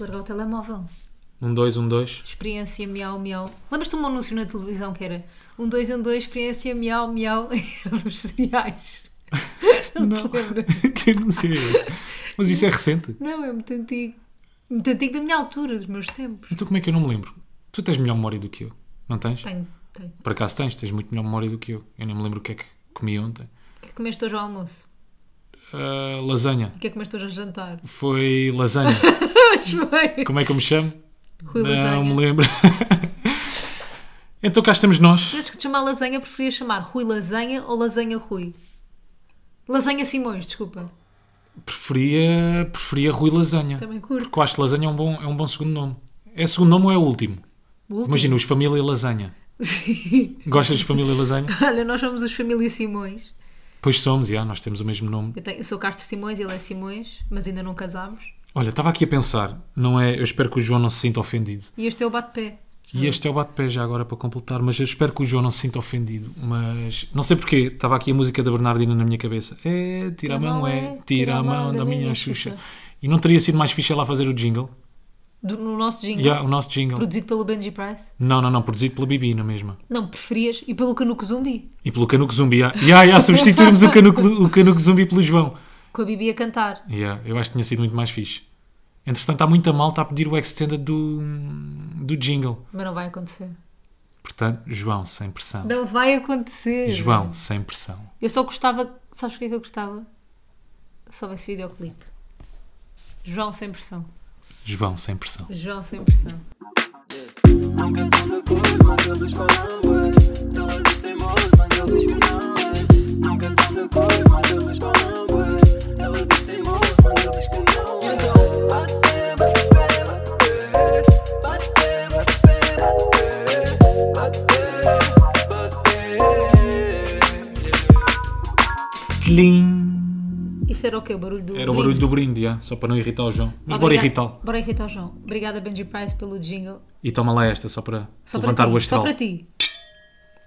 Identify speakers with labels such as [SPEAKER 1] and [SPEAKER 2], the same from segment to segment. [SPEAKER 1] Largar o telemóvel.
[SPEAKER 2] Um dois, um dois.
[SPEAKER 1] Experiência miau miau. Lembras-te de um anúncio na televisão que era um dois um dois experiência miau miau era dos cereais. Não, te lembro.
[SPEAKER 2] que anúncio é esse? Mas isso é recente.
[SPEAKER 1] Não, é muito antigo. Muito antigo da minha altura, dos meus tempos.
[SPEAKER 2] Então como é que eu não me lembro? Tu tens melhor memória do que eu, não tens?
[SPEAKER 1] Tenho, tenho.
[SPEAKER 2] Por acaso tens, tens muito melhor memória do que eu. Eu nem me lembro o que é que comi ontem.
[SPEAKER 1] O que é que comeste hoje ao almoço?
[SPEAKER 2] Ah, lasanha.
[SPEAKER 1] O que é que comeste hoje ao jantar?
[SPEAKER 2] Foi lasanha.
[SPEAKER 1] Mas bem.
[SPEAKER 2] Como é que eu me chamo?
[SPEAKER 1] Rui
[SPEAKER 2] não me
[SPEAKER 1] Lasanha.
[SPEAKER 2] lembro. então cá estamos nós.
[SPEAKER 1] Se tivesses que te chamar lasanha, preferias chamar Rui Lasanha ou Lasanha Rui? Lasanha Simões, desculpa.
[SPEAKER 2] Preferia, preferia Rui Lasanha.
[SPEAKER 1] Também curto.
[SPEAKER 2] Porque eu acho que lasanha é um bom, é um bom segundo nome. É segundo nome ou é o último?
[SPEAKER 1] O último.
[SPEAKER 2] Imagina, os Família Lasanha.
[SPEAKER 1] Sim.
[SPEAKER 2] Gostas de Família Lasanha?
[SPEAKER 1] Olha, nós somos os Família Simões.
[SPEAKER 2] Pois somos, já, nós temos o mesmo nome.
[SPEAKER 1] Eu, tenho- eu sou Castro Simões, ele é Simões, mas ainda não casámos.
[SPEAKER 2] Olha, estava aqui a pensar, não é? Eu espero que o João não se sinta ofendido.
[SPEAKER 1] E este é o bate-pé.
[SPEAKER 2] E este é o bate-pé já agora para completar, mas eu espero que o João não se sinta ofendido. Mas não sei porquê, estava aqui a música da Bernardina na minha cabeça. É, tira a mão, é, tira a mão da minha Xuxa. E não teria sido mais fixe ela fazer o jingle?
[SPEAKER 1] Do- no nosso jingle,
[SPEAKER 2] Já, o nosso jingle.
[SPEAKER 1] produzido pelo Benji Price.
[SPEAKER 2] Não, não, não, produzido pela Bibi na mesma.
[SPEAKER 1] Não, preferias? E pelo Canuco Zumbi,
[SPEAKER 2] E pelo Canuco Zumbi. Ya, ya, ya, substituirmos o Canuco, o Canuco Zumbi pelo João.
[SPEAKER 1] com a Bibi a cantar.
[SPEAKER 2] Ya, eu acho que tinha sido muito mais fixe. Entretanto, há muita malta a pedir o extended do, do jingle.
[SPEAKER 1] Mas não vai acontecer.
[SPEAKER 2] Portanto, João, sem pressão.
[SPEAKER 1] Não vai acontecer.
[SPEAKER 2] João, sem pressão.
[SPEAKER 1] Eu só gostava. Sabes o que é que eu gostava? Só esse videoclipe. João sem pressão.
[SPEAKER 2] João, sem pressão.
[SPEAKER 1] João sem pressão.
[SPEAKER 3] Não cantam de cor, mas eles falam ué. Elas teimosas, mas eles que não é. Não cantam de cor, mas eles falam ué. Elas teimosas, mas eles que não é. Então, bate, bate, bate, bate, bate, bate, bate, bate.
[SPEAKER 2] Tlim.
[SPEAKER 1] Isso era o quê? O barulho do.
[SPEAKER 2] Era o
[SPEAKER 1] brinde?
[SPEAKER 2] barulho do brinde, ya, só para não irritar o João. Mas bora
[SPEAKER 1] Obrigada-
[SPEAKER 2] irritá-lo.
[SPEAKER 1] Bora irritar o João. Obrigada, Benji Price, pelo jingle.
[SPEAKER 2] E toma lá esta, só para
[SPEAKER 1] Só
[SPEAKER 2] levantar
[SPEAKER 1] para ti.
[SPEAKER 2] o astral.
[SPEAKER 1] Só para ti.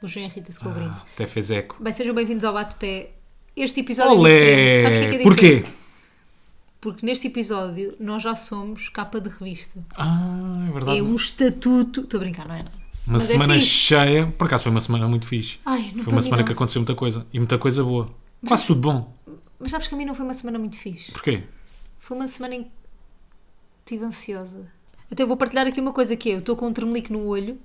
[SPEAKER 1] O João irrita-se com o brinde.
[SPEAKER 2] Ah, até fez eco.
[SPEAKER 1] Bem, sejam bem-vindos ao Bate-Pé. Este episódio é diferente. Sabes porquê que
[SPEAKER 2] Olé!
[SPEAKER 1] é
[SPEAKER 2] Porquê?
[SPEAKER 1] diferente? Porque neste episódio nós já somos capa de revista.
[SPEAKER 2] Ah, é verdade.
[SPEAKER 1] É um estatuto. Estou a brincar, não é?
[SPEAKER 2] Uma
[SPEAKER 1] Mas é
[SPEAKER 2] semana
[SPEAKER 1] fixe. Ah,
[SPEAKER 2] cheia. Por acaso foi uma semana muito fixe.
[SPEAKER 1] Ai, não
[SPEAKER 2] foi
[SPEAKER 1] para
[SPEAKER 2] uma
[SPEAKER 1] mim
[SPEAKER 2] semana
[SPEAKER 1] não.
[SPEAKER 2] que aconteceu muita coisa. E muita coisa boa. Quase tudo bom.
[SPEAKER 1] Mas sabes que a mim não foi uma semana muito fixe.
[SPEAKER 2] Porquê?
[SPEAKER 1] Foi uma semana em que estive ansiosa. Até vou partilhar aqui uma coisa que é, eu estou com um tremelique no olho.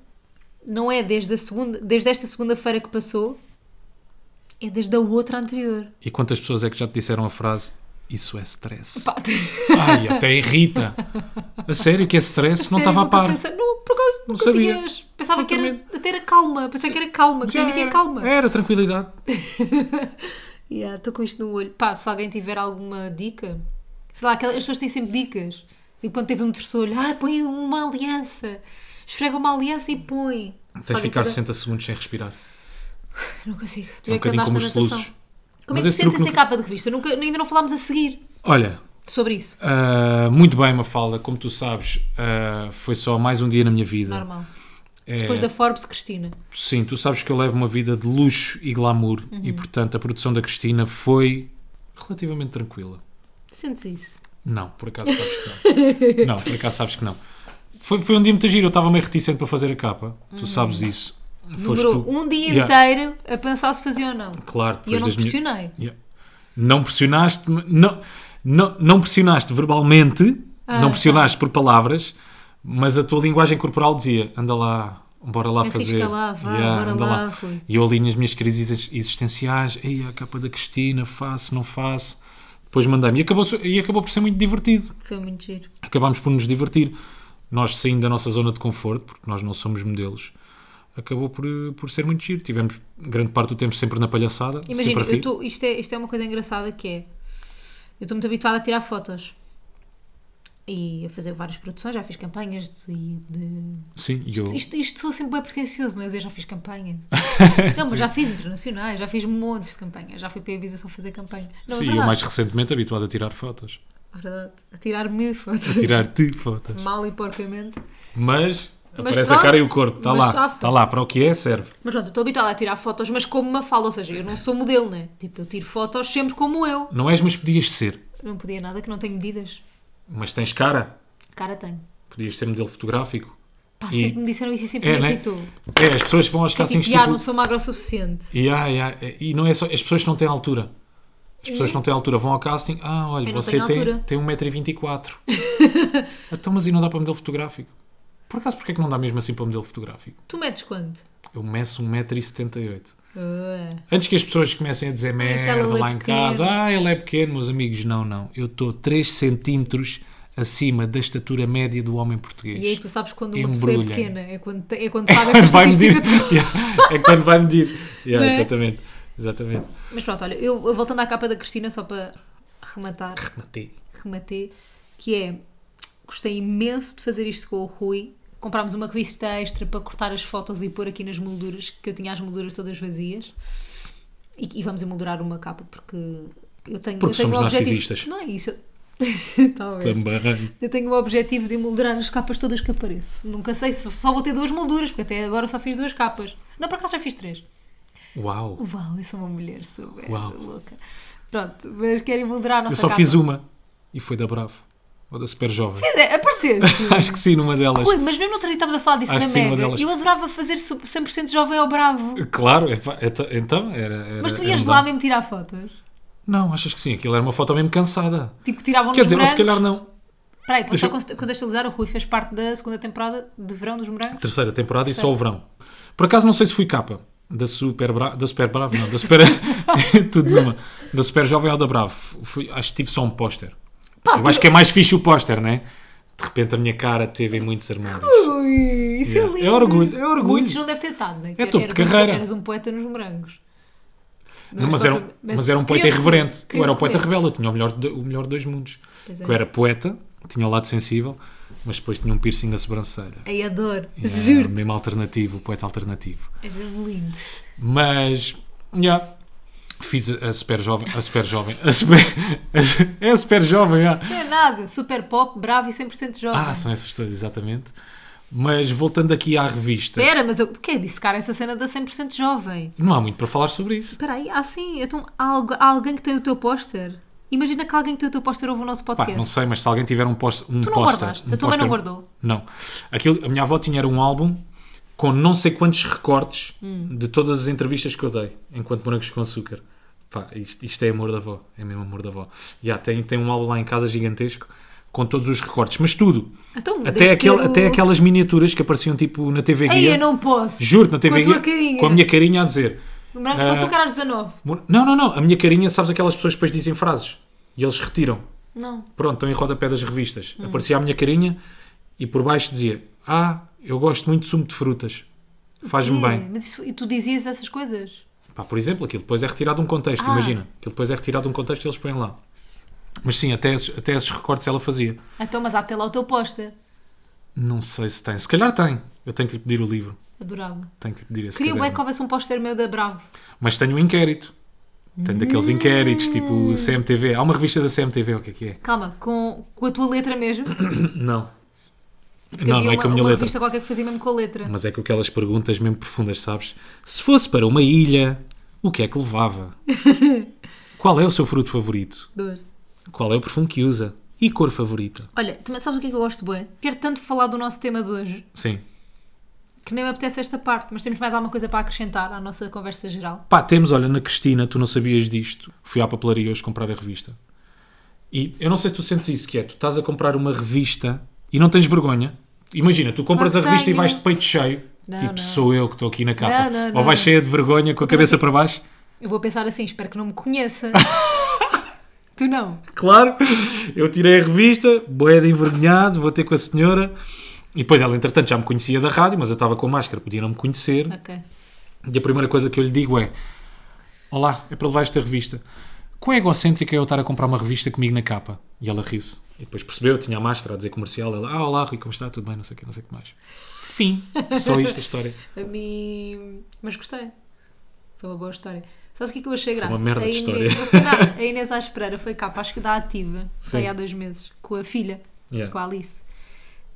[SPEAKER 1] Não é desde, a segunda, desde esta segunda-feira que passou. É desde a outra anterior.
[SPEAKER 2] E quantas pessoas é que já te disseram a frase Isso é stress?
[SPEAKER 1] Pá,
[SPEAKER 2] Ai, até irrita. A sério que é stress? não
[SPEAKER 1] sério,
[SPEAKER 2] estava a
[SPEAKER 1] nunca
[SPEAKER 2] par.
[SPEAKER 1] pensei- não, por acaso, nunca
[SPEAKER 2] sabia.
[SPEAKER 1] tinhas. Pensava que era,
[SPEAKER 2] Exatamente.
[SPEAKER 1] até era calma. Pensei que era calma, que
[SPEAKER 2] Já
[SPEAKER 1] transmitia
[SPEAKER 2] era, É.
[SPEAKER 1] calma.
[SPEAKER 2] era tranquilidade.
[SPEAKER 1] Yeah, estou com isto no olho. Pá, se alguém tiver alguma dica, sei lá, aquelas, as pessoas têm sempre dicas. E quando tens um terceiro olho, ah, põe uma aliança, esfrega uma aliança e põe.
[SPEAKER 2] Tens de ficar
[SPEAKER 1] sempre.
[SPEAKER 2] 60 segundos sem respirar.
[SPEAKER 1] Não consigo. Tu
[SPEAKER 2] É um
[SPEAKER 1] é que
[SPEAKER 2] bocadinho
[SPEAKER 1] andaste
[SPEAKER 2] como
[SPEAKER 1] na
[SPEAKER 2] os
[SPEAKER 1] natação.
[SPEAKER 2] luzes.
[SPEAKER 1] Como
[SPEAKER 2] Mas
[SPEAKER 1] é que
[SPEAKER 2] esse
[SPEAKER 1] sentes
[SPEAKER 2] truque
[SPEAKER 1] essa capa de revista? Nunca, ainda não falámos a seguir
[SPEAKER 2] Olha,
[SPEAKER 1] sobre isso.
[SPEAKER 2] ah, muito bem, Mafalda. Como tu sabes, ah, foi só mais um dia na minha vida.
[SPEAKER 1] Normal.
[SPEAKER 2] É,
[SPEAKER 1] Depois da Forbes Cristina.
[SPEAKER 2] Sim, tu sabes que eu levo uma vida de luxo e glamour.
[SPEAKER 1] Uhum.
[SPEAKER 2] E, portanto, a produção da Cristina foi relativamente tranquila.
[SPEAKER 1] Sentes isso?
[SPEAKER 2] Não, por acaso sabes que não. não, por acaso sabes que não. Foi, foi um dia muito giro, eu estava meio reticente para fazer a capa. Tu sabes isso. Foste
[SPEAKER 1] Demorou
[SPEAKER 2] tu.
[SPEAKER 1] Uhum. um dia
[SPEAKER 2] Yeah.
[SPEAKER 1] inteiro a pensar se fazia ou não.
[SPEAKER 2] Claro,
[SPEAKER 1] E eu
[SPEAKER 2] depois
[SPEAKER 1] não
[SPEAKER 2] das
[SPEAKER 1] te
[SPEAKER 2] minhas-
[SPEAKER 1] pressionei.
[SPEAKER 2] Yeah. Não pressionaste, não, não, não pressionaste verbalmente,
[SPEAKER 1] Ah, tá.
[SPEAKER 2] não pressionaste por palavras, mas a tua linguagem corporal dizia: anda lá, bora lá
[SPEAKER 1] Arrisca
[SPEAKER 2] fazer.
[SPEAKER 1] lá, vá, bora
[SPEAKER 2] anda
[SPEAKER 1] lá, Rui.
[SPEAKER 2] E eu ali nas minhas crises exis- existenciais: ei, a capa da Cristina, faço, não faço. Depois mandei-me. E acabou, e acabou por ser muito divertido.
[SPEAKER 1] Foi muito giro.
[SPEAKER 2] Acabámos por nos divertir. Nós saindo da nossa zona de conforto, porque nós não somos modelos, acabou por, por ser muito giro. Tivemos grande parte do tempo sempre na palhaçada. sempre
[SPEAKER 1] Imagina,
[SPEAKER 2] a rir.
[SPEAKER 1] eu tô, isto, é, isto é uma coisa engraçada que é. Eu estou muito habituada a tirar fotos e a fazer várias produções, já fiz campanhas de- de
[SPEAKER 2] Sim, e eu...
[SPEAKER 1] Isto, isto sou sempre bem pretencioso, não é? Eu já fiz campanhas. Não, mas já fiz internacionais, já fiz montes de campanhas. Já fui para a Ibiza só fazer campanha. Não,
[SPEAKER 2] Sim,
[SPEAKER 1] é
[SPEAKER 2] eu mais
[SPEAKER 1] verdade. é
[SPEAKER 2] recentemente habituado a tirar fotos.
[SPEAKER 1] Verdade. A tirar-me fotos.
[SPEAKER 2] A tirar-te fotos.
[SPEAKER 1] Mal e porcamente.
[SPEAKER 2] Mas, aparece a
[SPEAKER 1] pronto,
[SPEAKER 2] cara e o corpo. Está
[SPEAKER 1] mas
[SPEAKER 2] lá.
[SPEAKER 1] safa.
[SPEAKER 2] Está lá. Para o que é, serve.
[SPEAKER 1] Mas pronto, eu estou habituada a tirar fotos, mas como uma fala, ou seja, eu não sou modelo, né? Tipo, eu tiro fotos sempre como eu.
[SPEAKER 2] Não és, mas podias ser.
[SPEAKER 1] Não podia nada, que não tenho medidas.
[SPEAKER 2] Mas tens cara.
[SPEAKER 1] cara tenho.
[SPEAKER 2] Podias ser modelo fotográfico.
[SPEAKER 1] Pá,
[SPEAKER 2] E-
[SPEAKER 1] sempre me disseram isso e sempre
[SPEAKER 2] É,
[SPEAKER 1] me
[SPEAKER 2] né?
[SPEAKER 1] irritou.
[SPEAKER 2] É, as pessoas vão aos
[SPEAKER 1] Que é
[SPEAKER 2] castings
[SPEAKER 1] tipo, "Ya,
[SPEAKER 2] tipo...
[SPEAKER 1] não sou magra o suficiente.
[SPEAKER 2] E há- e há- e não é só... As pessoas não têm altura. As pessoas não têm altura. Vão ao casting. Ah, olha,
[SPEAKER 1] Eu não
[SPEAKER 2] você
[SPEAKER 1] tenho
[SPEAKER 2] tem,
[SPEAKER 1] altura."
[SPEAKER 2] tem 1,24m. então, mas e não dá para modelo fotográfico? Por acaso, porquê é que não dá mesmo assim para modelo fotográfico?
[SPEAKER 1] Tu metes quanto?
[SPEAKER 2] Eu meço 1,78m.
[SPEAKER 1] Ah,
[SPEAKER 2] Antes que as pessoas comecem a dizer merda
[SPEAKER 1] ele é
[SPEAKER 2] lá em
[SPEAKER 1] pequeno."
[SPEAKER 2] casa, ah, ele é pequeno, meus amigos, não, não. Eu estou 3 centímetros acima da estatura média do homem português.
[SPEAKER 1] E aí tu sabes quando uma pessoa é
[SPEAKER 2] Embrulha.
[SPEAKER 1] pequena. É quando, te- é quando sabe a
[SPEAKER 2] vai medir.
[SPEAKER 1] estatística. toda.
[SPEAKER 2] Yeah, é quando vai medir. Yeah,
[SPEAKER 1] Não é?
[SPEAKER 2] Exatamente. Exatamente.
[SPEAKER 1] Mas pronto, olha, eu, eu voltando à capa da Cristina, só para rematar,
[SPEAKER 2] Matei.
[SPEAKER 1] rematei, que é, gostei imenso de fazer isto com o Rui. Comprámos uma revista extra para cortar as fotos e pôr aqui nas molduras, que eu tinha as molduras todas vazias. E, e vamos emoldurar uma capa, porque eu tenho... eu tenho
[SPEAKER 2] Porque somos
[SPEAKER 1] o objetivo-
[SPEAKER 2] narcisistas.
[SPEAKER 1] Não é isso. Talvez.
[SPEAKER 2] Também.
[SPEAKER 1] Eu tenho o objetivo de emoldurar as capas todas que apareço. Nunca sei se só vou ter duas molduras, porque até agora só fiz duas capas. Não, por acaso já fiz três.
[SPEAKER 2] Uau.
[SPEAKER 1] Uau, eu sou uma mulher super
[SPEAKER 2] Uau.
[SPEAKER 1] louca. Pronto, mas quero emoldurar a nossa
[SPEAKER 2] Eu só
[SPEAKER 1] capa.
[SPEAKER 2] fiz um. uma. E foi da Bravo. Ou da Super Jovem.
[SPEAKER 1] Pois é, apareceste.
[SPEAKER 2] Acho que sim, numa delas.
[SPEAKER 1] Ui, mas mesmo no outro dia estávamos a falar disso
[SPEAKER 2] Acho
[SPEAKER 1] na
[SPEAKER 2] que sim, uma
[SPEAKER 1] Mega.
[SPEAKER 2] delas.
[SPEAKER 1] Eu adorava fazer su- 100% jovem ao bravo.
[SPEAKER 2] Claro, é fa- é ta- então era. era-
[SPEAKER 1] Mas tu
[SPEAKER 2] era
[SPEAKER 1] ias
[SPEAKER 2] mudar.
[SPEAKER 1] lá mesmo tirar fotos?
[SPEAKER 2] Não, achas que sim? Aquilo era uma foto mesmo cansada.
[SPEAKER 1] Tipo, tiravam
[SPEAKER 2] Quer
[SPEAKER 1] nos
[SPEAKER 2] dizer, ou
[SPEAKER 1] morangos.
[SPEAKER 2] se calhar não.
[SPEAKER 1] Espera aí, posso
[SPEAKER 2] Deixa
[SPEAKER 1] só conte- contextualizar, o Rui fez parte da segunda temporada de Verão dos Morangos.
[SPEAKER 2] Terceira temporada e só o verão. Por acaso não sei se fui capa. Da Super Bravo. Da Super Bravo, não. Da Super. Tudo numa. Da Super Jovem ou da Bravo. Fui- acho que tive só um póster.
[SPEAKER 1] Pá,
[SPEAKER 2] Eu
[SPEAKER 1] tu-
[SPEAKER 2] acho que é mais fixe o póster, né? De repente a minha cara teve em muitos sermões.
[SPEAKER 1] Ui, isso
[SPEAKER 2] Yeah.
[SPEAKER 1] é
[SPEAKER 2] É
[SPEAKER 1] lindo.
[SPEAKER 2] orgulho, é orgulho.
[SPEAKER 1] Muitos não deve ter estado, né?
[SPEAKER 2] É topo de
[SPEAKER 1] Eras um-
[SPEAKER 2] carreira.
[SPEAKER 1] eras um poeta nos morangos.
[SPEAKER 2] Não, mas, era, um-
[SPEAKER 1] propriamente-
[SPEAKER 2] mas era um poeta
[SPEAKER 1] queriam-te
[SPEAKER 2] irreverente.
[SPEAKER 1] comer,
[SPEAKER 2] Eu era o
[SPEAKER 1] queriam-te
[SPEAKER 2] poeta
[SPEAKER 1] comer.
[SPEAKER 2] rebelde. Eu tinha o melhor, de- o melhor dos mundos.
[SPEAKER 1] Pois é.
[SPEAKER 2] Eu era poeta, tinha o lado sensível, mas depois tinha um piercing na sobrancelha.
[SPEAKER 1] Ai, adoro.
[SPEAKER 2] E era
[SPEAKER 1] Juro-te.
[SPEAKER 2] Mesmo alternativo, poeta alternativo.
[SPEAKER 1] És mesmo lindo.
[SPEAKER 2] Mas, já. Fiz a a super jovem, a super jovem, a super, a su- é a super jovem, já.
[SPEAKER 1] Não é nada. Super pop, bravo e 100% jovem.
[SPEAKER 2] Ah, são essas todas, exatamente. Mas voltando aqui à revista,
[SPEAKER 1] Espera, mas eu... o que é dissecar essa cena da 100% jovem?
[SPEAKER 2] não há muito para falar sobre isso.
[SPEAKER 1] Espera aí, ah sim, então há algu- há alguém que tem o teu póster? Imagina que alguém que tem o teu póster ouve o nosso
[SPEAKER 2] Pá,
[SPEAKER 1] podcast.
[SPEAKER 2] não sei, mas se alguém tiver um póster. Um
[SPEAKER 1] Tu não
[SPEAKER 2] póster-
[SPEAKER 1] guardaste?
[SPEAKER 2] um
[SPEAKER 1] A tua mãe não
[SPEAKER 2] póster-
[SPEAKER 1] guardou?
[SPEAKER 2] Não. Aquilo, a minha avó tinha era um álbum com não sei quantos recortes
[SPEAKER 1] Hum.
[SPEAKER 2] de todas as entrevistas que eu dei enquanto Morangos com Açúcar. Pá, isto, isto é amor da avó. É mesmo amor da avó. Já tem, tem um álbum lá em casa gigantesco com todos os recortes, mas tudo.
[SPEAKER 1] Então,
[SPEAKER 2] Até,
[SPEAKER 1] deves
[SPEAKER 2] aquele-
[SPEAKER 1] ter o-
[SPEAKER 2] até aquelas miniaturas que apareciam tipo na TV
[SPEAKER 1] Aí
[SPEAKER 2] Guia.
[SPEAKER 1] eu não posso.
[SPEAKER 2] Juro, na TV
[SPEAKER 1] Com a tua
[SPEAKER 2] Guia,
[SPEAKER 1] carinha.
[SPEAKER 2] Com a minha carinha a dizer.
[SPEAKER 1] Morangos com
[SPEAKER 2] Ah.
[SPEAKER 1] açúcar às 19.
[SPEAKER 2] "Mor- Não, não, não. A minha carinha, sabes aquelas pessoas que depois dizem frases e eles retiram.
[SPEAKER 1] Não.
[SPEAKER 2] Pronto, estão em rodapé das revistas.
[SPEAKER 1] Hum.
[SPEAKER 2] Aparecia a minha carinha e por baixo dizia: Ah, eu gosto muito de sumo de frutas. Faz-me
[SPEAKER 1] Ih,
[SPEAKER 2] bem.
[SPEAKER 1] Mas isso- e tu dizias essas coisas?
[SPEAKER 2] Pá, por exemplo, aquilo depois é retirado de um contexto,
[SPEAKER 1] Ah.
[SPEAKER 2] imagina. Aquilo depois é retirado de um contexto e eles põem lá. Mas sim, até esses, até esses recortes ela fazia.
[SPEAKER 1] Então, mas há até lá o teu póster.
[SPEAKER 2] Não sei se tem. Se calhar tem. Eu tenho que lhe pedir o livro.
[SPEAKER 1] Adorava.
[SPEAKER 2] Tenho que lhe pedir esse
[SPEAKER 1] Queria bem
[SPEAKER 2] caderno.
[SPEAKER 1] que houvesse um póster meu da Bravo.
[SPEAKER 2] Mas tenho um inquérito. Tenho daqueles inquéritos,
[SPEAKER 1] Hum.
[SPEAKER 2] tipo CMTV. Há uma revista da CMTV, o que é que é?
[SPEAKER 1] Calma, com, com a tua letra mesmo.
[SPEAKER 2] Não.
[SPEAKER 1] Porque
[SPEAKER 2] não,
[SPEAKER 1] havia
[SPEAKER 2] não é
[SPEAKER 1] uma,
[SPEAKER 2] com a minha
[SPEAKER 1] uma
[SPEAKER 2] letra.
[SPEAKER 1] revista qualquer que fazia mesmo com a letra.
[SPEAKER 2] Mas é com aquelas perguntas mesmo profundas, sabes? Se fosse para uma ilha, o que é que levava? Qual é o seu fruto favorito?
[SPEAKER 1] Dois.
[SPEAKER 2] Qual é o perfume que usa? E cor favorita?
[SPEAKER 1] Olha, também sabes o que é que eu gosto bem? Quero tanto falar do nosso tema de hoje
[SPEAKER 2] Sim.
[SPEAKER 1] que nem me apetece esta parte, mas temos mais alguma coisa para acrescentar à nossa conversa geral.
[SPEAKER 2] Pá, temos, olha, na Cristina, tu não sabias disto. Fui à papelaria hoje comprar a revista. E eu não sei se tu sentes isso, que é, tu estás a comprar uma revista e não tens vergonha. Imagina, tu compras
[SPEAKER 1] Não
[SPEAKER 2] a revista
[SPEAKER 1] tenho.
[SPEAKER 2] e vais de peito cheio.
[SPEAKER 1] Não,
[SPEAKER 2] tipo,
[SPEAKER 1] não.
[SPEAKER 2] sou eu que estou aqui na
[SPEAKER 1] Não,
[SPEAKER 2] capa.
[SPEAKER 1] não,
[SPEAKER 2] Ou
[SPEAKER 1] não.
[SPEAKER 2] vais cheia de vergonha com a cabeça para baixo.
[SPEAKER 1] Eu vou pensar assim, espero que não me conheça. tu não.
[SPEAKER 2] Claro, eu tirei a revista, boeda envergonhado, vou ter com a senhora. E depois ela, entretanto, já me conhecia da rádio, mas eu estava com a máscara, podia não me conhecer.
[SPEAKER 1] Ok.
[SPEAKER 2] E a primeira coisa que eu lhe digo é: Olá, é para levar esta revista. Quão egocêntrica é eu estar a comprar uma revista comigo na capa? E ela riu-se. E depois percebeu, tinha a máscara a dizer comercial. Ela, ah, olá, Rui, como está? Tudo bem? Não sei o que, não sei o que mais. Fim. Só isto a história.
[SPEAKER 1] A mim. Mas gostei. Foi uma boa história. Sabes o que é que eu achei graça?
[SPEAKER 2] uma merda
[SPEAKER 1] a
[SPEAKER 2] de
[SPEAKER 1] Inês, não, a Inês à Espereira foi capa, acho que da Ativa,
[SPEAKER 2] Sim.
[SPEAKER 1] sai há dois meses, com a filha,
[SPEAKER 2] Yeah.
[SPEAKER 1] com a Alice.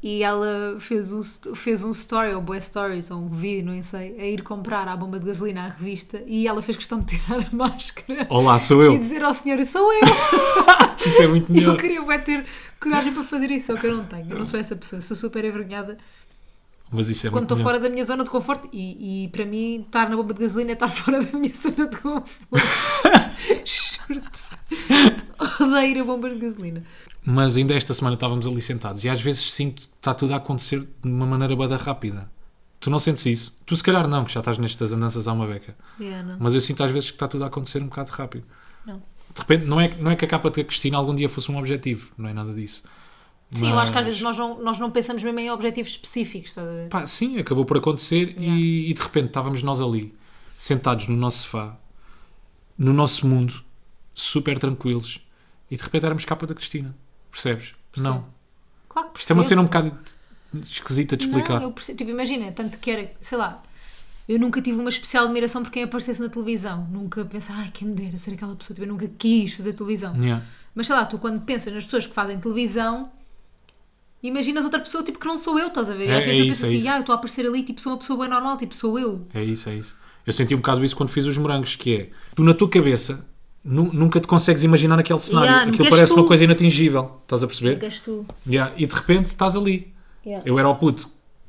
[SPEAKER 1] e ela fez um, st- fez um story, ou boas stories, ou um vídeo, não sei, a ir comprar à bomba de gasolina à revista e ela fez questão de tirar a máscara
[SPEAKER 2] Olá, sou
[SPEAKER 1] e
[SPEAKER 2] Oh, eu.
[SPEAKER 1] dizer ao senhor, sou eu!
[SPEAKER 2] Isso é muito
[SPEAKER 1] eu
[SPEAKER 2] melhor.
[SPEAKER 1] queria bué ter coragem para fazer isso, só que eu não tenho, eu não sou essa pessoa, eu sou super envergonhada
[SPEAKER 2] Mas isso é
[SPEAKER 1] quando
[SPEAKER 2] muito
[SPEAKER 1] estou
[SPEAKER 2] melhor.
[SPEAKER 1] fora da minha zona de conforto e, e para mim estar na bomba de gasolina é estar fora da minha zona de conforto. Juro-te. Odeio ir a bombas de gasolina.
[SPEAKER 2] Mas ainda esta semana estávamos ali sentados e às vezes sinto que está tudo a acontecer de uma maneira bada rápida. Tu não sentes isso? Tu se calhar não, que já estás nestas andanças há uma beca.
[SPEAKER 1] Yeah, não.
[SPEAKER 2] Mas eu sinto às vezes que está tudo a acontecer um bocado rápido.
[SPEAKER 1] Não.
[SPEAKER 2] De repente, não é, não é que a capa da Cristina algum dia fosse um objetivo, não é nada disso.
[SPEAKER 1] Sim, eu acho que às
[SPEAKER 2] Mas-
[SPEAKER 1] vezes nós não, nós não pensamos mesmo em objetivos específicos, estás a ver?
[SPEAKER 2] Pá, sim, acabou por acontecer e, e de repente estávamos nós ali, sentados no nosso sofá, no nosso mundo, super tranquilos, e de repente éramos capa da Cristina. Percebes? Não.
[SPEAKER 1] Claro que
[SPEAKER 2] Isto é
[SPEAKER 1] percebo.
[SPEAKER 2] uma cena um bocado esquisita de explicar.
[SPEAKER 1] Não, eu percebo. Tipo, imagina, tanto que era, sei lá, eu nunca tive uma especial admiração por quem aparecesse na televisão. Nunca pensei, ai, quem me dera ser aquela pessoa. Tipo, eu nunca quis fazer televisão.
[SPEAKER 2] Yeah.
[SPEAKER 1] Mas sei lá, tu quando pensas nas pessoas que fazem televisão, imaginas outra pessoa tipo que não sou eu, estás a ver? E
[SPEAKER 2] É-
[SPEAKER 1] às vezes
[SPEAKER 2] é
[SPEAKER 1] eu
[SPEAKER 2] isso,
[SPEAKER 1] penso
[SPEAKER 2] é
[SPEAKER 1] assim,
[SPEAKER 2] isso.
[SPEAKER 1] ah, eu estou a aparecer ali, tipo, sou uma pessoa bem normal, tipo, sou eu.
[SPEAKER 2] É isso, é isso. Eu senti um bocado isso quando fiz os morangos, que é, tu na tua cabeça nu- nunca te consegues imaginar aquele cenário.
[SPEAKER 1] Yeah,
[SPEAKER 2] Aquilo
[SPEAKER 1] nunca és
[SPEAKER 2] parece
[SPEAKER 1] tu.
[SPEAKER 2] uma coisa inatingível. Estás a perceber?
[SPEAKER 1] És tu.
[SPEAKER 2] Yeah, E de repente estás ali.
[SPEAKER 1] Yeah.
[SPEAKER 2] Eu era o puto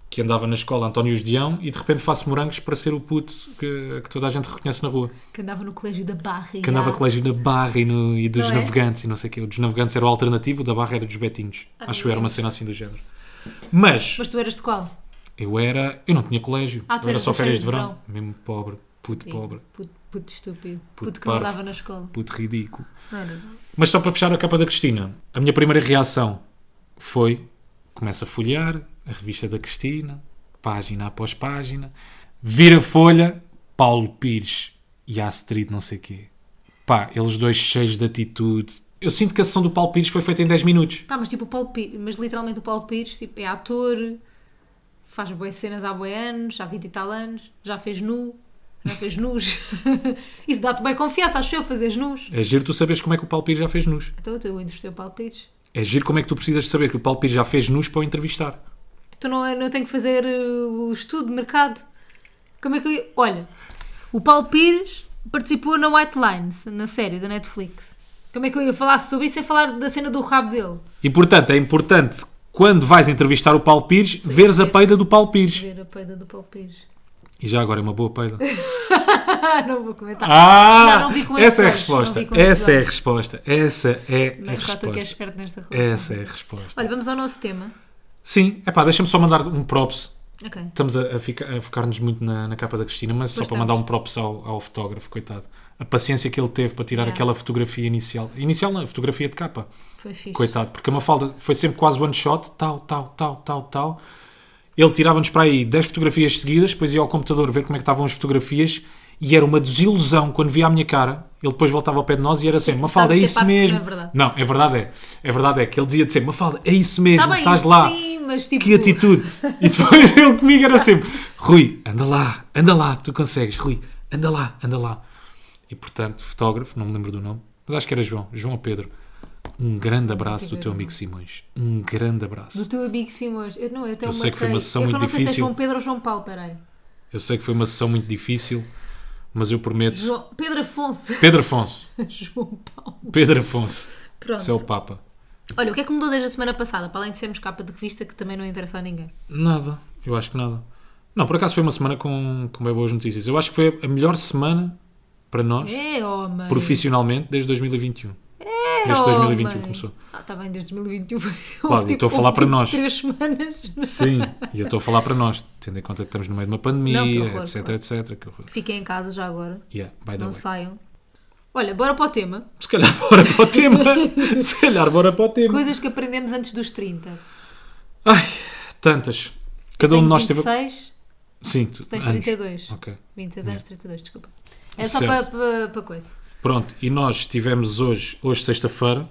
[SPEAKER 2] que andava na escola António Deão e de repente faço morangos para ser o puto que, que toda a gente reconhece na rua.
[SPEAKER 1] Que andava no colégio da Barra.
[SPEAKER 2] Que andava colégio na Barra e, no- e dos
[SPEAKER 1] Não é?
[SPEAKER 2] navegantes e não sei o quê. O dos navegantes era o alternativo, o da Barra era dos Betinhos.
[SPEAKER 1] Ah,
[SPEAKER 2] Acho
[SPEAKER 1] não
[SPEAKER 2] eu era uma
[SPEAKER 1] lembro.
[SPEAKER 2] cena assim do género. Mas
[SPEAKER 1] Mas tu eras de qual?
[SPEAKER 2] eu era. Eu não tinha colégio.
[SPEAKER 1] Ah, tu
[SPEAKER 2] eu era
[SPEAKER 1] eras
[SPEAKER 2] só
[SPEAKER 1] das
[SPEAKER 2] férias de verão. Mesmo pobre, puto pobre,
[SPEAKER 1] Puto, puto estúpido. Puto,
[SPEAKER 2] Puto
[SPEAKER 1] que não
[SPEAKER 2] parvo.
[SPEAKER 1] andava na escola.
[SPEAKER 2] puto ridículo.
[SPEAKER 1] Não eras?
[SPEAKER 2] Mas só para fechar a capa da Cristina, a minha primeira reação foi: começa a folhear a revista da Cristina, página após página, vira a folha, Paulo Pires e Astrid não sei quê. Pá, eles dois cheios de atitude. Eu sinto que a sessão do Paulo Pires foi feita em 10 minutos.
[SPEAKER 1] Pá, mas tipo o Paulo Pires, mas literalmente o Paulo Pires tipo, é ator, faz boas cenas há boas anos, há 20 e tal anos, já fez nu, já fez nus. Isso dá-te bem confiança, acho eu, fazeres nus.
[SPEAKER 2] É giro tu saberes como é que o Paulo Pires já fez nus.
[SPEAKER 1] Então eu entrevistei o Paulo Pires.
[SPEAKER 2] É giro como é que tu precisas de saber que o Paulo Pires já fez nus para o entrevistar.
[SPEAKER 1] Então não, é- não tenho que fazer uh, o estudo de mercado. Como é que eu... ia- Olha, o Paulo Pires participou na White Lines, na série da Netflix. Como é que eu ia falar sobre isso sem falar da cena do rabo dele?
[SPEAKER 2] E portanto, é importante, quando vais entrevistar o Paulo Pires, veres a
[SPEAKER 1] ver.
[SPEAKER 2] peida do Paulo Pires.
[SPEAKER 1] Ver a peida do Paulo Pires.
[SPEAKER 2] E já agora é uma boa peida.
[SPEAKER 1] Ah, não vou comentar.
[SPEAKER 2] Ah,
[SPEAKER 1] Não, não vi com esses
[SPEAKER 2] essa é a
[SPEAKER 1] olhos, não
[SPEAKER 2] resposta.
[SPEAKER 1] vi com esses
[SPEAKER 2] Essa é a
[SPEAKER 1] olhos.
[SPEAKER 2] resposta. Essa é a
[SPEAKER 1] Mas já tu que és
[SPEAKER 2] resposta.
[SPEAKER 1] esperto nesta relação.
[SPEAKER 2] Essa é a resposta.
[SPEAKER 1] Olha, vamos ao nosso tema.
[SPEAKER 2] Sim, epá, deixa-me só mandar um props.
[SPEAKER 1] Ok.
[SPEAKER 2] Estamos a, a fica- a focar-nos muito na, na capa da Cristina, mas só
[SPEAKER 1] Pois
[SPEAKER 2] para
[SPEAKER 1] estamos.
[SPEAKER 2] mandar um props ao, ao fotógrafo, coitado. A paciência que ele teve para tirar
[SPEAKER 1] Yeah.
[SPEAKER 2] aquela fotografia inicial. Inicial não, fotografia de capa.
[SPEAKER 1] Foi fixe.
[SPEAKER 2] Coitado, porque a Mafalda foi sempre quase one shot, tal, tal, tal, tal, tal. Ele tirava-nos para aí 10 fotografias seguidas, depois ia ao computador ver como é que estavam as fotografias e era uma desilusão quando via a minha cara. Ele depois voltava ao pé de nós e era
[SPEAKER 1] Sim,
[SPEAKER 2] sempre, Mafalda, é
[SPEAKER 1] estás a ser parte-
[SPEAKER 2] isso mesmo.
[SPEAKER 1] não é verdade.
[SPEAKER 2] Não, é verdade, é. É verdade, é que ele dizia de sempre, Mafalda, é isso mesmo,
[SPEAKER 1] Tá bem,
[SPEAKER 2] estás lá.
[SPEAKER 1] Sim, mas tipo.
[SPEAKER 2] Que atitude! E depois ele comigo era sempre: Rui, anda lá, anda lá, tu consegues, Rui, anda lá, anda lá. E portanto, fotógrafo, não me lembro do nome, mas acho que era João, João ou Pedro. Um grande abraço do teu amigo Simões. Um grande
[SPEAKER 1] Do
[SPEAKER 2] abraço.
[SPEAKER 1] teu amigo Simões. Eu, não, eu, até
[SPEAKER 2] Eu
[SPEAKER 1] o
[SPEAKER 2] sei que foi
[SPEAKER 1] marquei.
[SPEAKER 2] uma sessão
[SPEAKER 1] É que eu
[SPEAKER 2] muito
[SPEAKER 1] não sei se é
[SPEAKER 2] difícil.
[SPEAKER 1] João Pedro ou João Paulo, peraí.
[SPEAKER 2] Eu sei que foi uma sessão muito difícil, mas eu prometo.
[SPEAKER 1] João... Pedro Afonso.
[SPEAKER 2] Pedro Afonso.
[SPEAKER 1] João Paulo.
[SPEAKER 2] Pedro Afonso.
[SPEAKER 1] Pronto.
[SPEAKER 2] Esse é o Papa.
[SPEAKER 1] Olha, o que é que mudou desde a semana passada? Para além de sermos capa de revista, que também não interessa a ninguém.
[SPEAKER 2] Nada, eu acho que nada. Não, por acaso foi uma semana com, com bem boas notícias. Eu acho que foi a melhor semana para nós.
[SPEAKER 1] É, homem.
[SPEAKER 2] profissionalmente desde 2021.
[SPEAKER 1] É,
[SPEAKER 2] desde
[SPEAKER 1] homem.
[SPEAKER 2] 2021 começou.
[SPEAKER 1] Ah, está bem, desde 2021.
[SPEAKER 2] Claro, eu estou a falar
[SPEAKER 1] houve, tipo
[SPEAKER 2] para nós.
[SPEAKER 1] Três semanas.
[SPEAKER 2] Sim, e eu estou a falar para nós, tendo em conta que estamos no meio de uma pandemia,
[SPEAKER 1] Não, que horror,
[SPEAKER 2] etc,
[SPEAKER 1] claro.
[SPEAKER 2] etc. Que horror.
[SPEAKER 1] Fiquem em casa já agora.
[SPEAKER 2] Yeah, by the
[SPEAKER 1] Não
[SPEAKER 2] way.
[SPEAKER 1] saiam. Olha, bora para o tema.
[SPEAKER 2] Se calhar bora para o tema. Se calhar bora para o tema.
[SPEAKER 1] Coisas que aprendemos antes dos 30.
[SPEAKER 2] Ai, tantas. Cada um de
[SPEAKER 1] Tenho
[SPEAKER 2] nós teve.
[SPEAKER 1] 26,
[SPEAKER 2] Sim, tu
[SPEAKER 1] tens
[SPEAKER 2] anos.
[SPEAKER 1] 32.
[SPEAKER 2] Ok.
[SPEAKER 1] 26 anos, 32, desculpa. É só para,
[SPEAKER 2] Certo.
[SPEAKER 1] para, para coisa.
[SPEAKER 2] Pronto, e nós tivemos hoje, hoje sexta-feira,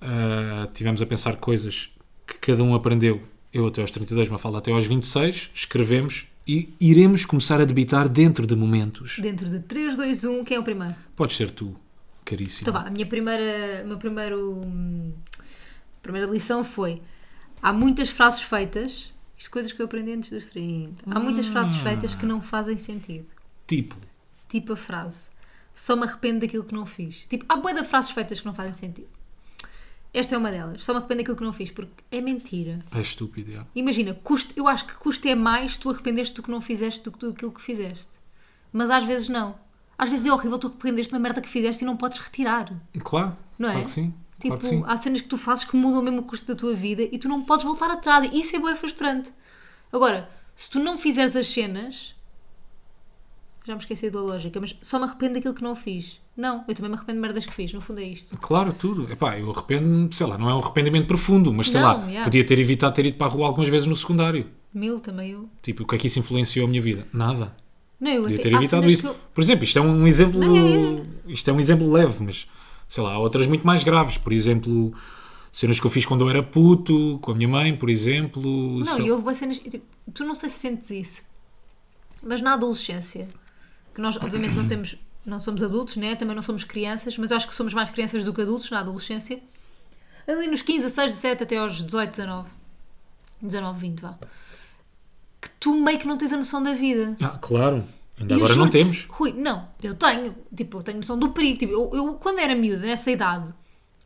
[SPEAKER 2] ah, tivemos a pensar coisas que cada um aprendeu, eu até aos 32, Mafalda até aos 26, escrevemos e iremos começar a debitar dentro de momentos.
[SPEAKER 1] Dentro de 3, 2, 1, quem é o primeiro?
[SPEAKER 2] Podes ser tu, caríssimo.
[SPEAKER 1] Então vá, a minha primeira, o meu primeiro, hum, primeira lição foi Há muitas frases feitas, isto coisas que eu aprendi antes dos 30. Há muitas frases feitas que não fazem sentido.
[SPEAKER 2] Tipo,
[SPEAKER 1] Tipo a frase. Só me arrependo daquilo que não fiz. Tipo, há boia de frases feitas que não fazem sentido. Esta é uma delas. Só me arrependo daquilo que não fiz, porque é mentira.
[SPEAKER 2] é estúpido, yeah.
[SPEAKER 1] Imagina, custa- eu acho que custa é mais tu arrependeste do que não fizeste do que do aquilo que fizeste. Mas às vezes não. Às vezes é horrível tu arrependeste de uma merda que fizeste e não podes retirar.
[SPEAKER 2] Claro,
[SPEAKER 1] Não é?
[SPEAKER 2] claro que sim.
[SPEAKER 1] Tipo,
[SPEAKER 2] claro que sim.
[SPEAKER 1] há cenas que tu fazes que mudam mesmo o custo da tua vida e tu não podes voltar atrás. E Isso é bué frustrante. Agora, se tu não fizeres as cenas. Já me esqueci da lógica, mas só me arrependo daquilo que não fiz. Não, eu também me arrependo de merdas que fiz. No fundo é isto.
[SPEAKER 2] Claro, tudo. Epá, eu arrependo-me, sei lá, não é um arrependimento profundo, mas sei
[SPEAKER 1] Não,
[SPEAKER 2] lá,
[SPEAKER 1] yeah.
[SPEAKER 2] podia ter evitado ter ido para a rua algumas vezes no secundário.
[SPEAKER 1] Mil também eu.
[SPEAKER 2] Tipo, o que é que isso influenciou a minha vida? Nada.
[SPEAKER 1] Não, eu
[SPEAKER 2] Podia
[SPEAKER 1] até-
[SPEAKER 2] ter
[SPEAKER 1] há
[SPEAKER 2] evitado
[SPEAKER 1] cenas
[SPEAKER 2] isso.
[SPEAKER 1] que eu-
[SPEAKER 2] Por exemplo, isto é um exemplo.
[SPEAKER 1] Não, é, é.
[SPEAKER 2] Isto é um exemplo leve, mas sei lá, há outras muito mais graves. Por exemplo, cenas que eu fiz quando eu era puto, com a minha mãe, por exemplo.
[SPEAKER 1] Não,
[SPEAKER 2] sei-
[SPEAKER 1] e houve bué cenas. eu, tipo, tu não sei se sentes isso, mas na adolescência, que nós obviamente não temos, não somos adultos, né? também não somos crianças, mas eu acho que somos mais crianças do que adultos na adolescência. Ali nos 15, 16, 17 até aos 18, 19, 19, 20, vá. Que tu meio que não tens a noção da vida.
[SPEAKER 2] Ah, claro. Ainda
[SPEAKER 1] E eu
[SPEAKER 2] agora não
[SPEAKER 1] juro-te,
[SPEAKER 2] temos.
[SPEAKER 1] Rui, não, eu tenho, tipo, eu tenho noção do perigo. Tipo, eu, eu, quando era miúda, nessa idade,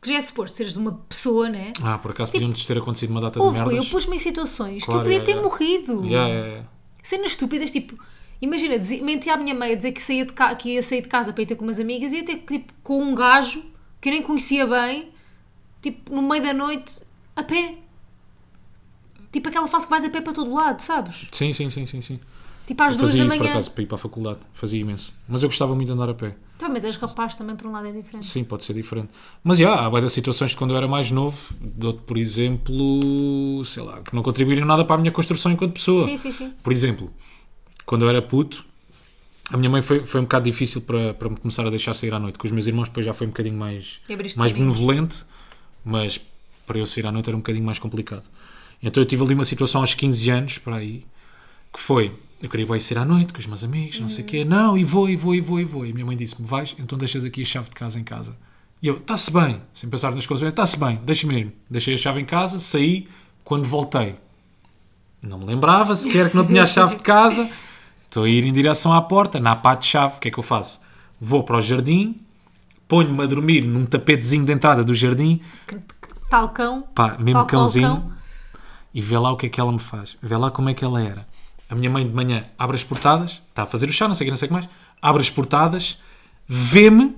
[SPEAKER 1] que já é suposto seres uma pessoa, né?
[SPEAKER 2] Ah, por acaso podiam-nos ter acontecido uma data
[SPEAKER 1] Houve,
[SPEAKER 2] de
[SPEAKER 1] Rui, eu
[SPEAKER 2] merdas.
[SPEAKER 1] pus-me em situações
[SPEAKER 2] Claro,
[SPEAKER 1] que eu podia
[SPEAKER 2] é,
[SPEAKER 1] ter
[SPEAKER 2] é.
[SPEAKER 1] morrido.
[SPEAKER 2] Yeah, yeah, yeah.
[SPEAKER 1] Cenas estúpidas, tipo, imagina, dizi- menti à minha mãe a dizer que, saía de ca- que ia sair de casa para ir ter com umas amigas e ia ter tipo, com um gajo que eu nem conhecia bem, tipo, no meio da noite, a pé. Tipo aquela fase que vais a pé para todo lado, sabes?
[SPEAKER 2] Sim, sim, sim, sim, sim.
[SPEAKER 1] Tipo às
[SPEAKER 2] Eu
[SPEAKER 1] duas
[SPEAKER 2] fazia
[SPEAKER 1] da
[SPEAKER 2] isso por
[SPEAKER 1] manhã.
[SPEAKER 2] acaso para ir para a faculdade. Fazia imenso. Mas eu gostava muito de andar a pé.
[SPEAKER 1] Tá, mas és rapaz também, por um lado é diferente.
[SPEAKER 2] Sim, pode ser diferente. Mas já, há várias situações de quando eu era mais novo, dou-te, por exemplo, sei lá, que não contribuíram nada para a minha construção enquanto pessoa.
[SPEAKER 1] Sim, sim, sim.
[SPEAKER 2] Por exemplo, quando eu era puto, a minha mãe foi, foi um bocado difícil para, para me começar a deixar sair à noite. Com os meus irmãos depois já foi um bocadinho mais,
[SPEAKER 1] E abriste
[SPEAKER 2] mais
[SPEAKER 1] caminho.
[SPEAKER 2] benevolente, mas para eu sair à noite era um bocadinho mais complicado. Então eu tive ali uma situação aos 15 anos, para aí, que foi, eu queria ir sair à noite com os meus amigos, não sei
[SPEAKER 1] Hum.
[SPEAKER 2] o quê. Não, e vou, e vou, e vou, e vou. E a minha mãe disse-me, vais, então deixas aqui a chave de casa em casa. E eu, está-se bem, sem pensar nas coisas, está-se bem, deixa mesmo. Deixei a chave em casa, saí, quando voltei, não me lembrava sequer que não tinha a chave de casa. Estou a ir em direção à porta, na pá de chave. O que é que eu faço? Vou para o jardim, ponho-me a dormir num tapetezinho de entrada do jardim,
[SPEAKER 1] Talcão.
[SPEAKER 2] pá, mesmo
[SPEAKER 1] tal qual
[SPEAKER 2] cãozinho,
[SPEAKER 1] cão.
[SPEAKER 2] e vê lá o que é que ela me faz. Vê lá como é que ela era. A minha mãe de manhã abre as portadas, está a fazer o chá, não sei o que, não sei o que mais, abre as portadas, vê-me,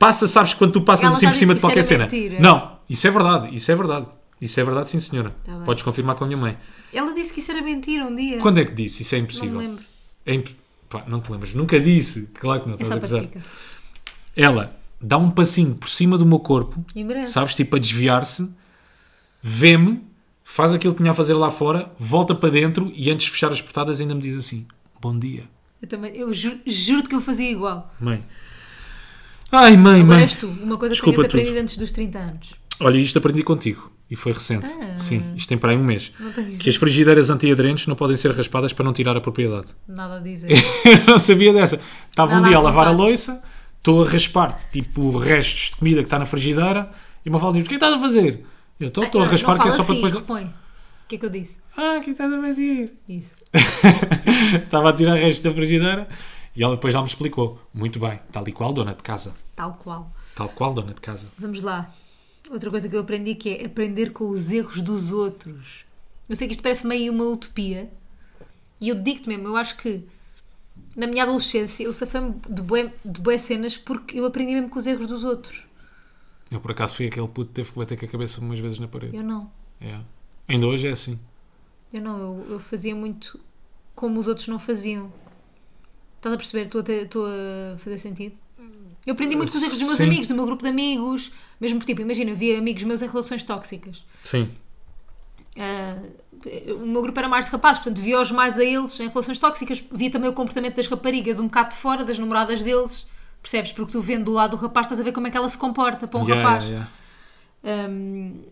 [SPEAKER 2] passa, sabes quando tu passas
[SPEAKER 1] Ela
[SPEAKER 2] assim
[SPEAKER 1] já
[SPEAKER 2] por cima
[SPEAKER 1] disse
[SPEAKER 2] de
[SPEAKER 1] que
[SPEAKER 2] qualquer
[SPEAKER 1] isso era
[SPEAKER 2] cena.
[SPEAKER 1] mentira.
[SPEAKER 2] Não, isso é verdade, isso é verdade. Isso é verdade, sim senhora.
[SPEAKER 1] Tá bem.
[SPEAKER 2] Podes confirmar com a minha mãe.
[SPEAKER 1] Ela disse que isso era mentira um dia.
[SPEAKER 2] Quando é que disse? Isso é
[SPEAKER 1] Não
[SPEAKER 2] impossível.
[SPEAKER 1] me lembro.
[SPEAKER 2] É imp- pá, não te lembras. Nunca disse. Claro que não
[SPEAKER 1] É
[SPEAKER 2] estás
[SPEAKER 1] só
[SPEAKER 2] a
[SPEAKER 1] para
[SPEAKER 2] gozar.
[SPEAKER 1] pica.
[SPEAKER 2] Ela dá um passinho por cima do meu corpo,
[SPEAKER 1] E merece.
[SPEAKER 2] sabes, tipo a desviar-se, vê-me, faz aquilo que tinha a fazer lá fora, volta para dentro e antes de fechar as portadas ainda me diz assim: Bom dia,
[SPEAKER 1] Eu, também, eu ju- juro-te que eu fazia igual.
[SPEAKER 2] mãe. Ai, mãe,
[SPEAKER 1] Agora
[SPEAKER 2] mãe.
[SPEAKER 1] és tu, uma coisa
[SPEAKER 2] Desculpa
[SPEAKER 1] que tinhas
[SPEAKER 2] tudo.
[SPEAKER 1] aprendido antes dos 30 anos.
[SPEAKER 2] Olha, isto aprendi contigo e foi recente.
[SPEAKER 1] Ah.
[SPEAKER 2] Sim, isto tem para aí um mês.
[SPEAKER 1] Não tens
[SPEAKER 2] Que as frigideiras antiaderentes não podem ser raspadas para não tirar a propriedade.
[SPEAKER 1] nada a
[SPEAKER 2] É,
[SPEAKER 1] dizer.
[SPEAKER 2] Eu não sabia dessa. Estava
[SPEAKER 1] Vai
[SPEAKER 2] um
[SPEAKER 1] lá
[SPEAKER 2] dia a lavar a
[SPEAKER 1] contar.
[SPEAKER 2] louça, estou a raspar tipo restos de comida que está na frigideira e uma diz: O que é que estás a fazer? Eu estou estou a
[SPEAKER 1] Não,
[SPEAKER 2] raspar
[SPEAKER 1] não
[SPEAKER 2] que é
[SPEAKER 1] fala
[SPEAKER 2] só para
[SPEAKER 1] assim,
[SPEAKER 2] depois.
[SPEAKER 1] repõe. O que é que eu disse?
[SPEAKER 2] Ah, o que é que estás a fazer?
[SPEAKER 1] Isso.
[SPEAKER 2] Estava a tirar restos da frigideira e ela depois já me explicou: Muito bem, tal e qual dona de casa.
[SPEAKER 1] Tal qual.
[SPEAKER 2] Tal qual dona de casa.
[SPEAKER 1] Vamos lá. Outra coisa que eu aprendi que é aprender com os erros dos outros. Eu sei que isto parece meio uma utopia. E eu digo-te mesmo, eu acho que na minha adolescência eu safei-me de bué, de bué cenas porque eu aprendi mesmo com os erros dos outros.
[SPEAKER 2] Eu por acaso fui aquele puto que teve que bater com a cabeça umas vezes na parede.
[SPEAKER 1] Eu não.
[SPEAKER 2] É. Ainda hoje é assim.
[SPEAKER 1] Eu não, eu, eu fazia muito como os outros não faziam. Estás a perceber? Estou a, ter- estou a fazer sentido? Eu aprendi muito com os erros dos meus
[SPEAKER 2] Sim.
[SPEAKER 1] amigos, do meu grupo de amigos. Mesmo porque, tipo, imagina, havia amigos meus em relações tóxicas.
[SPEAKER 2] Sim.
[SPEAKER 1] Ah, o meu grupo era mais de rapazes, portanto, via-os mais a eles em relações tóxicas. Via também o comportamento das raparigas um bocado de fora, das namoradas deles. Percebes? Porque tu vendo do lado do rapaz, estás a ver como é que ela se comporta para um
[SPEAKER 2] Yeah,
[SPEAKER 1] rapaz.
[SPEAKER 2] yeah,
[SPEAKER 1] Um,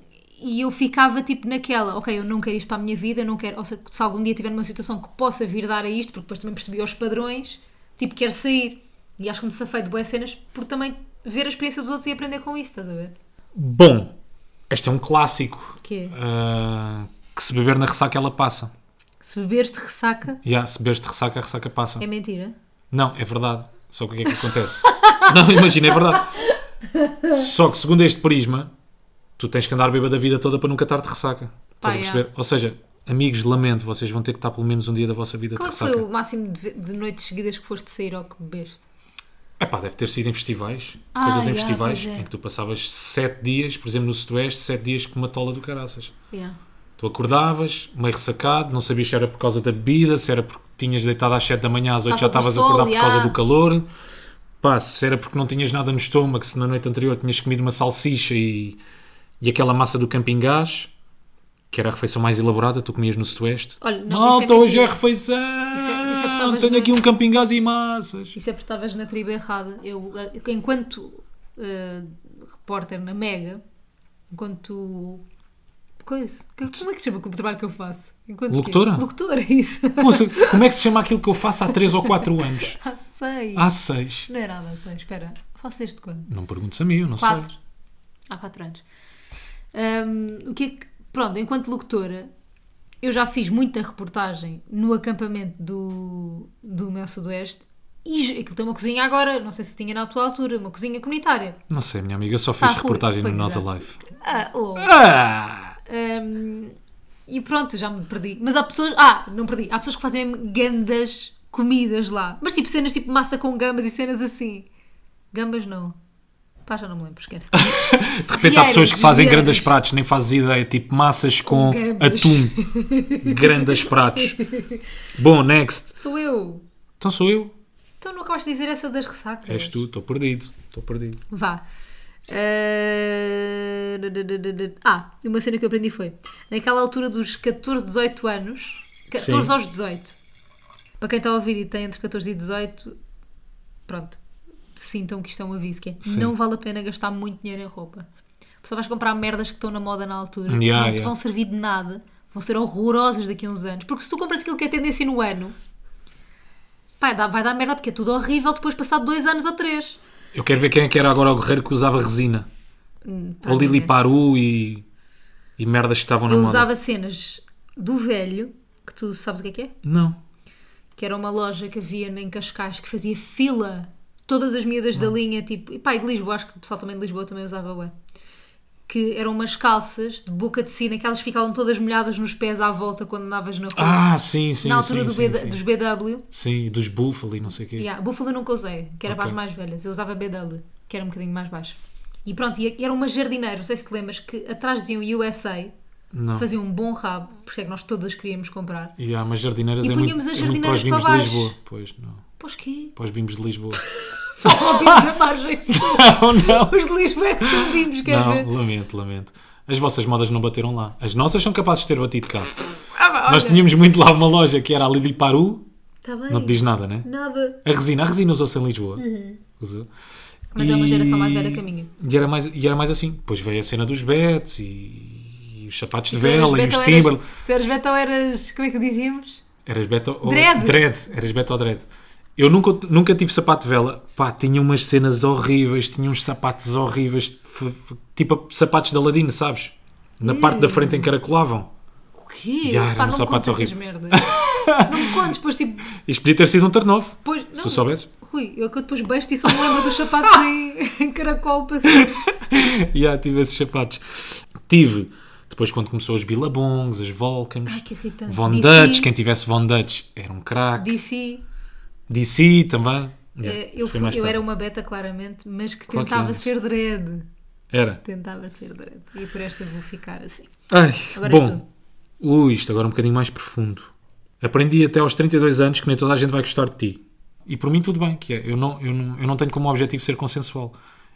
[SPEAKER 1] e eu ficava tipo naquela, ok, eu não quero isto para a minha vida, eu não quero, ou seja, se algum dia tiver numa situação que possa vir dar a isto, porque depois também percebi os padrões, tipo, quero sair. E acho que me safei de boas cenas por também ver a experiência dos outros e aprender com isso, estás a ver?
[SPEAKER 2] yeah. Bom, Este é um clássico.
[SPEAKER 1] Quê?
[SPEAKER 2] Ah, que se beber na ressaca, ela passa.
[SPEAKER 1] Se beberes de ressaca,
[SPEAKER 2] Já, se beberes de ressaca, a ressaca passa.
[SPEAKER 1] é mentira.
[SPEAKER 2] Não, é verdade. Só que o que é que acontece? não, imagina, é verdade. Só que segundo este prisma, tu tens que andar bêbado a vida toda para nunca estar de ressaca.
[SPEAKER 1] Pá,
[SPEAKER 2] Estás a
[SPEAKER 1] já.
[SPEAKER 2] perceber? Ou seja, amigos, lamento, vocês vão ter que estar pelo menos um dia da vossa vida
[SPEAKER 1] Qual é
[SPEAKER 2] de
[SPEAKER 1] que foi
[SPEAKER 2] ressaca.
[SPEAKER 1] o máximo de, de noites seguidas que foste sair ou que bebeste?
[SPEAKER 2] Epá, deve ter sido em festivais,
[SPEAKER 1] Ah,
[SPEAKER 2] coisas em
[SPEAKER 1] já,
[SPEAKER 2] festivais,
[SPEAKER 1] pois é.
[SPEAKER 2] em que tu passavas sete dias, por exemplo, no Sudoeste, sete dias com uma tola do caraças.
[SPEAKER 1] Yeah.
[SPEAKER 2] Tu acordavas, meio ressacado, não sabias se era por causa da bebida, se era porque tinhas deitado às 7 da manhã, às 8
[SPEAKER 1] causa
[SPEAKER 2] já
[SPEAKER 1] do
[SPEAKER 2] estavas
[SPEAKER 1] sol,
[SPEAKER 2] acordado por
[SPEAKER 1] já.
[SPEAKER 2] causa do calor. Pá, se era porque não tinhas nada no estômago, se na noite anterior tinhas comido uma salsicha e, e aquela massa do camping gás, que era a refeição mais elaborada, tu comias no sudoeste.
[SPEAKER 1] Olha, não, isso
[SPEAKER 2] Malta,
[SPEAKER 1] é
[SPEAKER 2] hoje é
[SPEAKER 1] mentira.
[SPEAKER 2] refeição!
[SPEAKER 1] isso é porque estavas
[SPEAKER 2] Tenho
[SPEAKER 1] no-
[SPEAKER 2] aqui um camping gás e massas!
[SPEAKER 1] Isso é porque estavas na tribo errada. Eu, eh, enquanto eh, repórter na Mega, enquanto. Coisa. que- Como é que se chama o trabalho que eu faço? Enquanto quê?
[SPEAKER 2] Locutora?
[SPEAKER 1] Locutora, isso.
[SPEAKER 2] Poxa, como é que se chama aquilo que eu faço há 3 ou 4 anos?
[SPEAKER 1] Há seis.
[SPEAKER 2] Há 6.
[SPEAKER 1] Não era há seis, espera. Faço desde quando?
[SPEAKER 2] Não perguntes a mim, eu não sei.
[SPEAKER 1] Quatro. Há quatro anos. Hum, o que é que. Pronto, enquanto locutora, eu já fiz muita reportagem no acampamento do, do meu Sudoeste. E j- aquilo tem uma cozinha agora, não sei se tinha na tua altura, uma cozinha comunitária.
[SPEAKER 2] Não sei, minha amiga, eu só fiz
[SPEAKER 1] Rui,
[SPEAKER 2] reportagem no
[SPEAKER 1] pois
[SPEAKER 2] Nossa
[SPEAKER 1] é.
[SPEAKER 2] Live.
[SPEAKER 1] Ah, lol.
[SPEAKER 2] Ah!
[SPEAKER 1] Hum, e pronto, já me perdi. Mas há pessoas. Ah, não perdi. Há pessoas que fazem mesmo gandas comidas lá. Mas tipo cenas tipo massa com gambas e cenas assim. Gambas não. Pá, já não me lembro, esquece.
[SPEAKER 2] De repente há pessoas que fazem
[SPEAKER 1] Vieiras.
[SPEAKER 2] grandes pratos, nem fazes ideia, tipo massas com
[SPEAKER 1] gambas.
[SPEAKER 2] atum. grandes pratos. Bom, next.
[SPEAKER 1] Sou eu.
[SPEAKER 2] Então sou eu.
[SPEAKER 1] Então não acabaste de dizer essa das ressacas.
[SPEAKER 2] És tu, estou perdido. Estou perdido.
[SPEAKER 1] Vá. Ah, da, da, da, da, da. Ah, e uma cena que eu aprendi foi naquela altura dos 14, 18 anos, 14
[SPEAKER 2] Sim.
[SPEAKER 1] aos 18. Para quem está a ouvir e tem entre 14 e 18, pronto, sintam que isto é um aviso: que é,
[SPEAKER 2] Sim.
[SPEAKER 1] não vale a pena gastar muito dinheiro em roupa. Porque só vais comprar merdas que estão na moda na altura,
[SPEAKER 2] Yeah,
[SPEAKER 1] que não te
[SPEAKER 2] yeah.
[SPEAKER 1] vão servir de nada, vão ser horrorosas daqui a uns anos. Porque se tu compras aquilo que é tendência no ano, pá, dá- vai dar merda porque é tudo horrível depois de passar dois anos ou três.
[SPEAKER 2] Eu quero ver quem é que era agora o guerreiro que usava resina.
[SPEAKER 1] Hum,
[SPEAKER 2] Ou Lili Paru e, e merdas que estavam na
[SPEAKER 1] né? Eu
[SPEAKER 2] moda.
[SPEAKER 1] usava cenas do velho, que tu sabes o que é que é?
[SPEAKER 2] Não.
[SPEAKER 1] Que era uma loja que havia em Cascais que fazia fila. Todas as miúdas
[SPEAKER 2] Ah.
[SPEAKER 1] da linha, tipo. E pá, e de Lisboa, acho que o pessoal também de Lisboa também usava bué. Que eram umas calças de boca de sina que elas ficavam todas molhadas nos pés à volta quando andavas na rua.
[SPEAKER 2] Ah, sim, sim.
[SPEAKER 1] na altura
[SPEAKER 2] sim,
[SPEAKER 1] do
[SPEAKER 2] sim,
[SPEAKER 1] BD
[SPEAKER 2] sim.
[SPEAKER 1] dos BW.
[SPEAKER 2] Sim, dos Buffalo e não sei o quê.
[SPEAKER 1] Yeah, Buffalo eu nunca usei, que era para as
[SPEAKER 2] Ok.
[SPEAKER 1] mais velhas. Eu usava BW, que era um bocadinho mais baixo. E pronto, e e era uma jardineira, não sei se te lembras, que atrás diziam USA,
[SPEAKER 2] Não.
[SPEAKER 1] faziam um bom rabo, por isso é que nós todas queríamos comprar.
[SPEAKER 2] Yeah, mas jardineiras
[SPEAKER 1] E
[SPEAKER 2] é muito,
[SPEAKER 1] punhamos as
[SPEAKER 2] é muito para os
[SPEAKER 1] jardineiras
[SPEAKER 2] bimbos
[SPEAKER 1] para
[SPEAKER 2] de
[SPEAKER 1] baixo.
[SPEAKER 2] Lisboa. Pois, não.
[SPEAKER 1] Pois quê?
[SPEAKER 2] Para os bimbos de Lisboa.
[SPEAKER 1] Fala bimos da margem sul.
[SPEAKER 2] não, não.
[SPEAKER 1] Os de Lisboa é que são bimos, quer ver?
[SPEAKER 2] Não, lamento, lamento. As vossas modas não bateram lá. As nossas são capazes de ter batido cá.
[SPEAKER 1] Ah, vá,
[SPEAKER 2] Nós
[SPEAKER 1] olha.
[SPEAKER 2] tínhamos muito lá uma loja que era a Lili Paru.
[SPEAKER 1] Tá bem.
[SPEAKER 2] Não te diz nada, né?
[SPEAKER 1] Nada.
[SPEAKER 2] A resina. A resina usou-se em Lisboa. Usou.
[SPEAKER 1] Uhum. Mas é uma geração mais velha que a minha.
[SPEAKER 2] E era mais, e era mais assim. Depois veio a cena dos bets e, e os sapatos de
[SPEAKER 1] Tu eras
[SPEAKER 2] vela e
[SPEAKER 1] beta
[SPEAKER 2] os
[SPEAKER 1] ou
[SPEAKER 2] Timberland.
[SPEAKER 1] eras- Tu eras beta ou eras. Como é que dizíamos?
[SPEAKER 2] Eras beta ou
[SPEAKER 1] Dread.
[SPEAKER 2] Eras beta ou dread. Eu nunca, nunca tive sapato de vela. Pá, tinha umas cenas horríveis, tinha uns sapatos horríveis, f- f- tipo sapatos da Ladino, sabes? Na
[SPEAKER 1] Hum.
[SPEAKER 2] parte da frente encaracolavam.
[SPEAKER 1] O quê?
[SPEAKER 2] Já, eram
[SPEAKER 1] Pá, não
[SPEAKER 2] uns
[SPEAKER 1] me contes
[SPEAKER 2] sapatos
[SPEAKER 1] essas
[SPEAKER 2] horríveis.
[SPEAKER 1] merdas. não me contes, pois tipo.
[SPEAKER 2] Isto podia ter sido um turn off.
[SPEAKER 1] Pois,
[SPEAKER 2] Se
[SPEAKER 1] não.
[SPEAKER 2] tu soubesses.
[SPEAKER 1] Rui, eu que eu depois beijo e só me lembro dos sapatos em, em caracol para ser.
[SPEAKER 2] Já tive esses sapatos. Tive. Depois, quando começou as Bilabongs, as Volcans,
[SPEAKER 1] Ai, que irritante.
[SPEAKER 2] Von
[SPEAKER 1] DC.
[SPEAKER 2] Dutch, quem tivesse Von Dutch era um craque.
[SPEAKER 1] DC.
[SPEAKER 2] DC também. Já,
[SPEAKER 1] eh,
[SPEAKER 2] isso
[SPEAKER 1] eu,
[SPEAKER 2] foi
[SPEAKER 1] fui-
[SPEAKER 2] mais
[SPEAKER 1] eu
[SPEAKER 2] tarde.
[SPEAKER 1] era uma beta, claramente, mas que
[SPEAKER 2] Claro que
[SPEAKER 1] tentava
[SPEAKER 2] eras.
[SPEAKER 1] ser dread.
[SPEAKER 2] Era.
[SPEAKER 1] Tentava ser dread. E por esta vou ficar assim.
[SPEAKER 2] Ai,
[SPEAKER 1] Agora és
[SPEAKER 2] bom. Ui, isto agora é um bocadinho mais profundo. Aprendi até aos 32 anos que nem toda a gente vai gostar de ti. E por mim tudo bem, que é. Eu não, eu não, eu não tenho como objetivo ser consensual.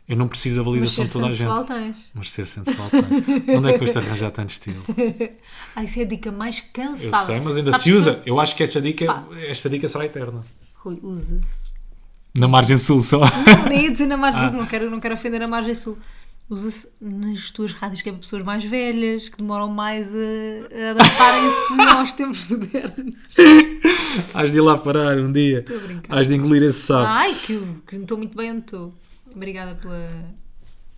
[SPEAKER 2] Eu não preciso da
[SPEAKER 1] Mas
[SPEAKER 2] validação
[SPEAKER 1] ser
[SPEAKER 2] de toda a
[SPEAKER 1] sensual
[SPEAKER 2] gente.
[SPEAKER 1] tens.
[SPEAKER 2] Mas ser sensual tem. Onde é que foste arranjar tanto estilo?
[SPEAKER 1] Ah, isso é a dica mais
[SPEAKER 2] Eu
[SPEAKER 1] cansada.
[SPEAKER 2] sei, mas ainda
[SPEAKER 1] Sabes
[SPEAKER 2] se
[SPEAKER 1] que
[SPEAKER 2] usa.
[SPEAKER 1] sou-
[SPEAKER 2] Eu acho que esta dica,
[SPEAKER 1] Pá.
[SPEAKER 2] esta dica será eterna.
[SPEAKER 1] Rui, usa-se.
[SPEAKER 2] Na margem sul só.
[SPEAKER 1] Não, nem ia dizer na margem
[SPEAKER 2] Ah.
[SPEAKER 1] sul, não quero, não quero ofender a margem sul. Usa-se nas tuas rádios que é para pessoas mais velhas, que demoram mais a, a adaptarem-se aos tempos modernos.
[SPEAKER 2] Tá. Hás de ir lá parar um dia.
[SPEAKER 1] Estou a brincar. Ah.
[SPEAKER 2] Hás de engolir esse sapo.
[SPEAKER 1] Ai, que, que não estou muito bem onde estou. Obrigada pela,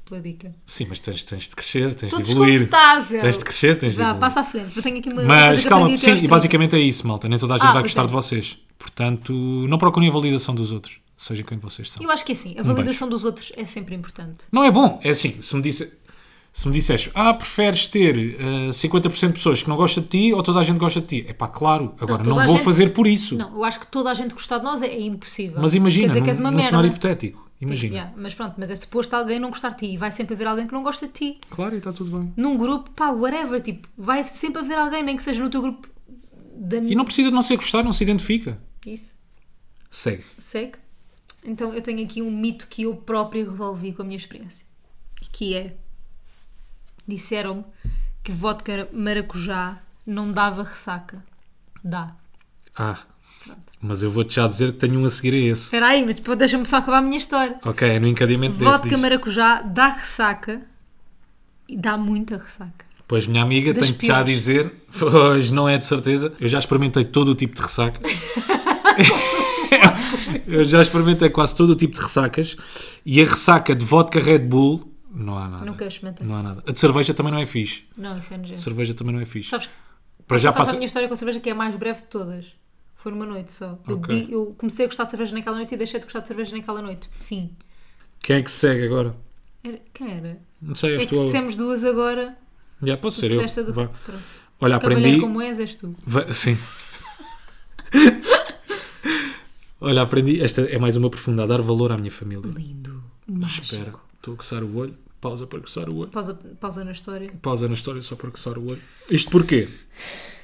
[SPEAKER 1] pela dica.
[SPEAKER 2] Sim, mas tens, tens de crescer, tens
[SPEAKER 1] Estou
[SPEAKER 2] de evoluir.
[SPEAKER 1] desconfortável.
[SPEAKER 2] Tens de crescer, tens de
[SPEAKER 1] Já,
[SPEAKER 2] evoluir.
[SPEAKER 1] passa à frente. Eu tenho aqui uma. uma coisa
[SPEAKER 2] Mas
[SPEAKER 1] que
[SPEAKER 2] calma,
[SPEAKER 1] aprendi até
[SPEAKER 2] sim,
[SPEAKER 1] aos
[SPEAKER 2] e
[SPEAKER 1] 30.
[SPEAKER 2] basicamente é isso, malta. Nem toda a gente
[SPEAKER 1] Ah,
[SPEAKER 2] vai
[SPEAKER 1] pois
[SPEAKER 2] gostar
[SPEAKER 1] é.
[SPEAKER 2] de vocês. Portanto, não procurem a validação dos outros, seja quem vocês são.
[SPEAKER 1] Eu acho que é assim. A validação dos outros é sempre importante.
[SPEAKER 2] Não é bom, é assim. Se me, disse, se me disseres, ah, preferes ter ah, 50% de pessoas que não gostam de ti ou toda a gente gosta de ti? É pá, claro. Agora,
[SPEAKER 1] toda
[SPEAKER 2] não,
[SPEAKER 1] a
[SPEAKER 2] vou
[SPEAKER 1] gente-
[SPEAKER 2] fazer por isso.
[SPEAKER 1] Não, eu acho que toda a gente gostar de nós é, é impossível.
[SPEAKER 2] Mas imagina,
[SPEAKER 1] Quer dizer
[SPEAKER 2] num,
[SPEAKER 1] que és uma
[SPEAKER 2] num
[SPEAKER 1] merda.
[SPEAKER 2] cenário hipotético. Imagina.
[SPEAKER 1] Yeah, mas pronto, mas é suposto alguém não gostar de ti e vai sempre haver alguém que não gosta de ti.
[SPEAKER 2] Claro, e está tudo bem.
[SPEAKER 1] Num grupo, pá, whatever, tipo, vai sempre haver alguém, nem que seja no teu grupo da
[SPEAKER 2] E não precisa de não ser gostar, não se identifica.
[SPEAKER 1] Isso,
[SPEAKER 2] Segue.
[SPEAKER 1] segue. Então eu tenho aqui um mito que eu própria resolvi com a minha experiência. Que é. Disseram-me que vodka maracujá não dava ressaca. Dá.
[SPEAKER 2] Ah,
[SPEAKER 1] Pronto.
[SPEAKER 2] mas eu vou-te já dizer que tenho um a seguir a esse.
[SPEAKER 1] Espera aí, mas depois deixa-me só acabar a minha história.
[SPEAKER 2] Ok, é no encadeamento desse.
[SPEAKER 1] Vodka
[SPEAKER 2] diz.
[SPEAKER 1] maracujá dá ressaca e dá muita ressaca.
[SPEAKER 2] Pois, minha amiga,
[SPEAKER 1] Das
[SPEAKER 2] tenho-te já a
[SPEAKER 1] piores.
[SPEAKER 2] dizer, pois não é de certeza, eu já experimentei todo o tipo de ressaca. eu já experimentei quase todo o tipo de ressacas e a ressaca de vodka Red Bull, não há nada.
[SPEAKER 1] Não quero experimentar.
[SPEAKER 2] Não há nada. A de cerveja também não é fixe.
[SPEAKER 1] Não, isso é nojento.
[SPEAKER 2] Cerveja também não é fixe.
[SPEAKER 1] Sabes,
[SPEAKER 2] Para já
[SPEAKER 1] contaste
[SPEAKER 2] passa.
[SPEAKER 1] a minha história com a cerveja que é a mais breve de todas. Foi numa noite só. Eu,
[SPEAKER 2] Ok.
[SPEAKER 1] bebi- eu comecei a gostar de cerveja naquela noite e deixei de gostar de cerveja naquela noite. Fim.
[SPEAKER 2] Quem é que segue agora?
[SPEAKER 1] Era, quem era?
[SPEAKER 2] Não sei,
[SPEAKER 1] É
[SPEAKER 2] és
[SPEAKER 1] que
[SPEAKER 2] tu.
[SPEAKER 1] dissemos duas agora.
[SPEAKER 2] Já posso ser eu.
[SPEAKER 1] Disseste a do...
[SPEAKER 2] Vá.
[SPEAKER 1] Pronto.
[SPEAKER 2] Olha,
[SPEAKER 1] Cavalheiro
[SPEAKER 2] aprendi.
[SPEAKER 1] como és, és tu.
[SPEAKER 2] Va- Sim. Olha, aprendi. Esta é mais uma profunda. A dar valor à minha família.
[SPEAKER 1] Lindo. Mágico.
[SPEAKER 2] Espera, estou a coçar o olho. Pausa para coçar o olho.
[SPEAKER 1] Pausa, pausa na história.
[SPEAKER 2] Pausa na história só para coçar o olho. Isto porquê?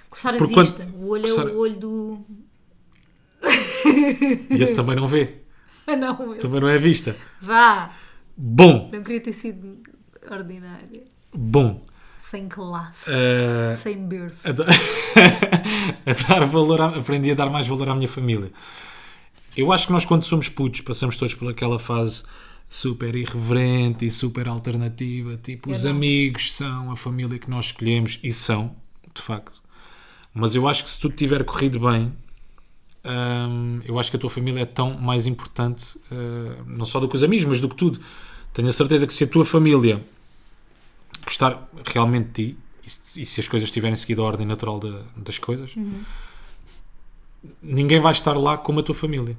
[SPEAKER 1] Coçar a
[SPEAKER 2] Por quando-
[SPEAKER 1] vista. O olho
[SPEAKER 2] coçar-
[SPEAKER 1] é o olho do...
[SPEAKER 2] E esse também não vê.
[SPEAKER 1] Ah, não. esse.
[SPEAKER 2] Também não é vista.
[SPEAKER 1] Vá.
[SPEAKER 2] Bom,
[SPEAKER 1] Não queria ter sido ordinária.
[SPEAKER 2] bom.
[SPEAKER 1] Sem classe.
[SPEAKER 2] Ah,
[SPEAKER 1] Sem berço.
[SPEAKER 2] a, da- a dar valor à- aprendi a dar mais valor à minha família. Eu acho que nós, quando somos putos, passamos todos por aquela fase super irreverente e super alternativa. Tipo,
[SPEAKER 1] Eu
[SPEAKER 2] os
[SPEAKER 1] não.
[SPEAKER 2] amigos são a família que nós escolhemos e são, de facto. Mas eu acho que se tudo tiver corrido bem, hum, eu acho que a tua família é tão mais importante, hum, não só do que os amigos, mas do que tudo. Tenho a certeza que se a tua família gostar realmente de ti e se, e se as coisas tiverem seguido a ordem natural da- das coisas, ninguém vai estar lá como a tua família.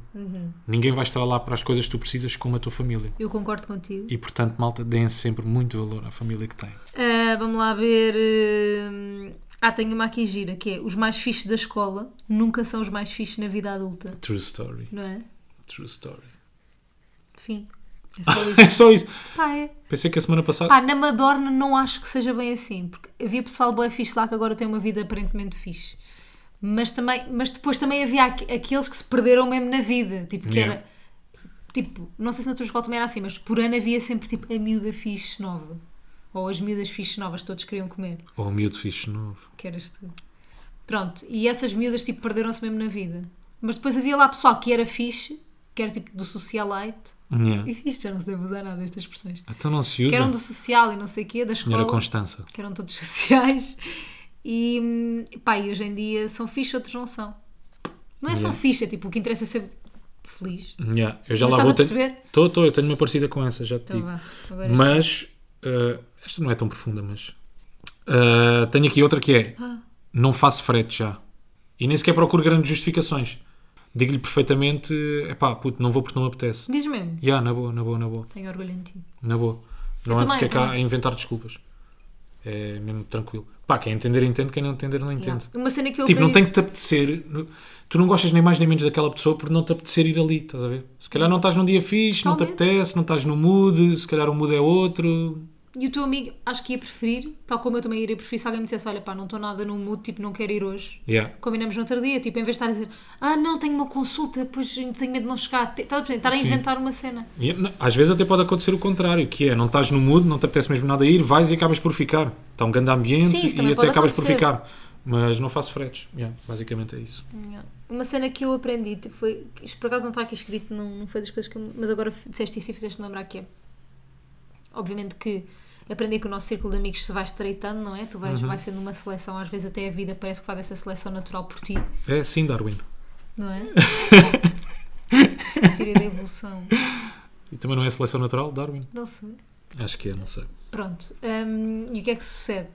[SPEAKER 2] Ninguém vai estar lá para as coisas que tu precisas como a tua família.
[SPEAKER 1] Eu concordo contigo.
[SPEAKER 2] E portanto, malta, deem sempre muito valor à família que têm.
[SPEAKER 1] Ah, vamos lá ver. hum, Ah, tenho uma aqui gira, que é os mais fixes da escola nunca são os mais fixes na vida adulta,
[SPEAKER 2] True story.
[SPEAKER 1] não é?
[SPEAKER 2] True story.
[SPEAKER 1] Fim. É só isto.
[SPEAKER 2] É só isso.
[SPEAKER 1] Pá, é.
[SPEAKER 2] Pensei que a semana passada.
[SPEAKER 1] Pá, na Madorna não acho que seja bem assim, porque havia pessoal bem fixe lá que agora tem uma vida aparentemente fixe. Mas, também, mas depois também havia aqu- aqueles que se perderam mesmo na vida, tipo, que
[SPEAKER 2] Yeah.
[SPEAKER 1] era. Tipo, não sei se na tua escola também era assim, mas por ano havia sempre tipo a miúda fixe nova. Ou as miúdas fixe novas que todos queriam comer.
[SPEAKER 2] Oh, miúdo fixe novo.
[SPEAKER 1] que eras tu. Pronto, e essas miúdas tipo perderam-se mesmo na vida. Mas depois havia lá pessoal que era fixe, que era tipo do socialite.
[SPEAKER 2] Yeah.
[SPEAKER 1] Isso, isto já não se deve usar nada, estas expressões.
[SPEAKER 2] Então não se
[SPEAKER 1] Que um
[SPEAKER 2] usa.
[SPEAKER 1] eram do social e não sei o quê, da
[SPEAKER 2] Senhora
[SPEAKER 1] escola,
[SPEAKER 2] Constança.
[SPEAKER 1] que eram todos sociais. E hum, pá, e hoje em dia são fixe, outros não são. Não é só fixe, é tipo o que interessa é ser feliz.
[SPEAKER 2] Yeah. Eu já
[SPEAKER 1] Mas
[SPEAKER 2] lá vou.
[SPEAKER 1] estás a perceber?
[SPEAKER 2] Estou, estou. Eu tenho uma parecida com essa, já te
[SPEAKER 1] Então
[SPEAKER 2] digo.
[SPEAKER 1] vá, agora
[SPEAKER 2] Mas eh, esta não é tão profunda, mas eh, tenho aqui outra que é
[SPEAKER 1] Ah.
[SPEAKER 2] não faço frete já. E nem sequer procuro grandes justificações. Digo-lhe perfeitamente, é pá, puto, não vou porque não me apetece.
[SPEAKER 1] diz mesmo,
[SPEAKER 2] Já, na boa, na boa, na boa,
[SPEAKER 1] tenho orgulho em ti.
[SPEAKER 2] na boa.
[SPEAKER 1] Eu
[SPEAKER 2] Não ando
[SPEAKER 1] também,
[SPEAKER 2] sequer
[SPEAKER 1] eu
[SPEAKER 2] cá
[SPEAKER 1] também.
[SPEAKER 2] a inventar desculpas. É mesmo tranquilo. Pá, quem entender, entende, quem não entender, não entende.
[SPEAKER 1] Yeah. Uma cena que eu
[SPEAKER 2] Tipo, não
[SPEAKER 1] aprendi-
[SPEAKER 2] tem que te apetecer. Tu não gostas nem mais nem menos daquela pessoa por não te apetecer ir ali, estás a ver? Se calhar não estás num dia fixe, não te
[SPEAKER 1] Totalmente.
[SPEAKER 2] apetece, não estás no mood, se calhar o mood é outro,
[SPEAKER 1] E o teu amigo, acho que ia preferir, tal como eu também iria preferir, se alguém me dissesse: Olha, pá, não estou nada no mood, tipo, não quero ir hoje.
[SPEAKER 2] Yeah.
[SPEAKER 1] Combinamos no outro dia, tipo, em vez de estar a dizer: Ah, não, tenho uma consulta, depois tenho medo de não chegar. Te- Estás a perceber? Estar a
[SPEAKER 2] Sim.
[SPEAKER 1] inventar uma cena.
[SPEAKER 2] E, n- Às vezes até pode acontecer o contrário, que é, não estás no mood, não te apetece mesmo nada ir, vais e acabas por ficar. Está um grande ambiente
[SPEAKER 1] Sim, isso
[SPEAKER 2] e
[SPEAKER 1] também
[SPEAKER 2] até
[SPEAKER 1] pode
[SPEAKER 2] acabas por
[SPEAKER 1] acontecer.
[SPEAKER 2] ficar. Mas não faço fretes. Yeah, basicamente é isso.
[SPEAKER 1] Uma cena que eu aprendi tipo, foi. que Isto por acaso não está aqui escrito, não, não foi das coisas que. eu- Mas agora f- disseste isso e fizeste-me lembrar que é. Obviamente que aprendi que o nosso círculo de amigos se vai estreitando, não é? Tu vais, vai sendo uma seleção, às vezes até a vida parece que faz essa seleção natural por ti.
[SPEAKER 2] É sim, Darwin.
[SPEAKER 1] Não é? Isso é teoria da evolução.
[SPEAKER 2] E também não é seleção natural, Darwin.
[SPEAKER 1] Não sei.
[SPEAKER 2] Acho que é, não sei.
[SPEAKER 1] Pronto, hum, e o que é que sucede?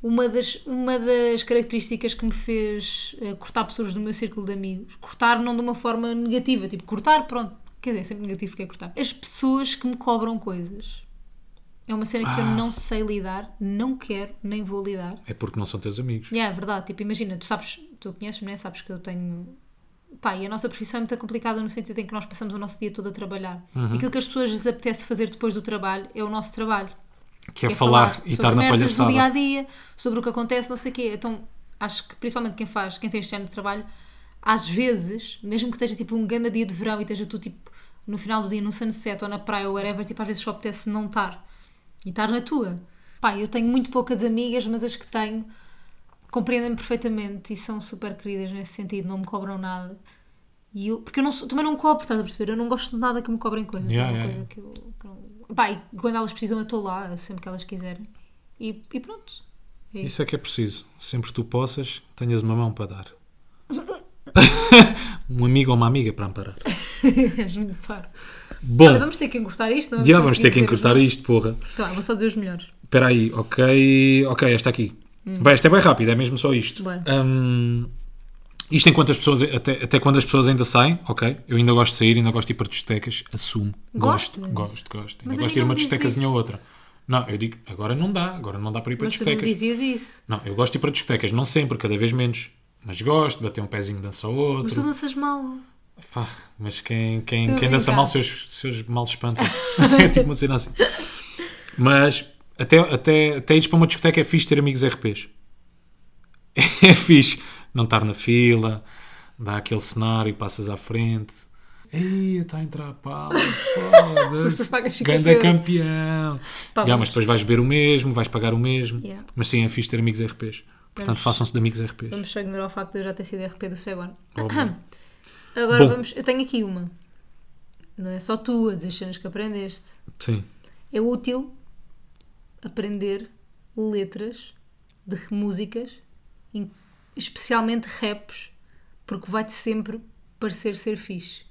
[SPEAKER 1] Uma das, uma das características que me fez eh, cortar pessoas do meu círculo de amigos, cortar não de uma forma negativa, tipo cortar, pronto, quer dizer, sempre negativo que é cortar. As pessoas que me cobram coisas. É uma cena que eu
[SPEAKER 2] Ah.
[SPEAKER 1] não sei lidar, não quero, nem vou lidar.
[SPEAKER 2] É porque não são teus amigos.
[SPEAKER 1] Yeah, é verdade, tipo, imagina, tu sabes, tu conheces-me, né? sabes que eu tenho. Pá, e a nossa profissão é muito complicada no sentido em que nós passamos o nosso dia todo a trabalhar. Aquilo que as pessoas lhes apetece fazer depois do trabalho é o nosso trabalho.
[SPEAKER 2] Que é,
[SPEAKER 1] Que
[SPEAKER 2] falar, e estar na
[SPEAKER 1] merdas do dia a
[SPEAKER 2] palhaçada.
[SPEAKER 1] dia, sobre o que acontece, não sei o quê. Então, acho que principalmente quem faz, quem tem este género de trabalho, às vezes, mesmo que esteja tipo um grande dia de verão e esteja tu tipo no final do dia no sunset ou na praia ou whatever, tipo às vezes só apetece não estar e estar na tua. Pá, eu tenho muito poucas amigas, mas as que tenho compreendem-me perfeitamente e são super queridas nesse sentido, não me cobram nada. E eu, porque eu não sou- também não cobro, estás a perceber? Eu não gosto de nada que me cobrem coisas.
[SPEAKER 2] Yeah,
[SPEAKER 1] é uma
[SPEAKER 2] yeah,
[SPEAKER 1] coisa que eu. que não- Pá, e quando elas precisam, eu estou lá, sempre que elas quiserem. E, e pronto. É isso.
[SPEAKER 2] Isso é que é preciso. Sempre que tu possas, tenhas uma mão para dar. um amigo ou uma amiga para amparar.
[SPEAKER 1] És muito paro.
[SPEAKER 2] Bom,
[SPEAKER 1] Olha, vamos ter que encurtar isto, não
[SPEAKER 2] já vamos ter que
[SPEAKER 1] conseguir dizer os
[SPEAKER 2] encurtar
[SPEAKER 1] nomes.
[SPEAKER 2] isto, porra.
[SPEAKER 1] Então, vá, vou só dizer os melhores.
[SPEAKER 2] Espera aí, ok, ok, esta aqui. Vai, esta é bem rápida, é mesmo só isto.
[SPEAKER 1] Hum. Bora.
[SPEAKER 2] Hum, isto enquanto as pessoas, até, até quando as pessoas ainda saem, ok, eu ainda gosto de sair, ainda gosto de ir para discotecas, assumo. Gosto,
[SPEAKER 1] Gostas?
[SPEAKER 2] gosto, gosto.
[SPEAKER 1] Mas
[SPEAKER 2] ainda
[SPEAKER 1] a mim
[SPEAKER 2] gosto de ir a
[SPEAKER 1] não
[SPEAKER 2] uma
[SPEAKER 1] me dizes
[SPEAKER 2] discotecazinha
[SPEAKER 1] isso.
[SPEAKER 2] ou outra. Não, eu digo, agora não dá, agora não dá para ir para
[SPEAKER 1] Mas tu não me
[SPEAKER 2] discotecas.
[SPEAKER 1] dizias isso.
[SPEAKER 2] Não, eu gosto de ir para discotecas, não sempre, cada vez menos. Mas gosto, bater um pezinho dança ao
[SPEAKER 1] Mas
[SPEAKER 2] outro.
[SPEAKER 1] tu danças mal.
[SPEAKER 2] Pá, mas quem, quem,
[SPEAKER 1] Estou a
[SPEAKER 2] quem dança
[SPEAKER 1] brincar.
[SPEAKER 2] mal, seus, seus males espantam. é tipo uma cena assim. Mas até, até, até ires para uma discoteca é fixe ter amigos RPs. É fixe não estar na fila, dá aquele cenário, passas à frente. Ei, está a entrar a pala,
[SPEAKER 1] Mas pagas
[SPEAKER 2] foda-se.
[SPEAKER 1] 50
[SPEAKER 2] Ganda
[SPEAKER 1] euros.
[SPEAKER 2] campeão.
[SPEAKER 1] Pá,
[SPEAKER 2] Já,
[SPEAKER 1] vamos.
[SPEAKER 2] mas depois vais beber o mesmo, vais pagar o mesmo.
[SPEAKER 1] Yeah.
[SPEAKER 2] Mas sim, é fixe ter amigos RPs. Portanto,
[SPEAKER 1] Vamos-
[SPEAKER 2] façam-se de amigos RPs.
[SPEAKER 1] Vamos só ignorar o facto de eu já ter sido RP do Seguan.
[SPEAKER 2] Óbvio.
[SPEAKER 1] Agora
[SPEAKER 2] Bom.
[SPEAKER 1] vamos. Eu tenho aqui uma. Não é só tu a dizer cenas que aprendeste.
[SPEAKER 2] Sim.
[SPEAKER 1] É útil aprender letras de músicas, em- especialmente raps, porque vai-te sempre parecer ser fixe.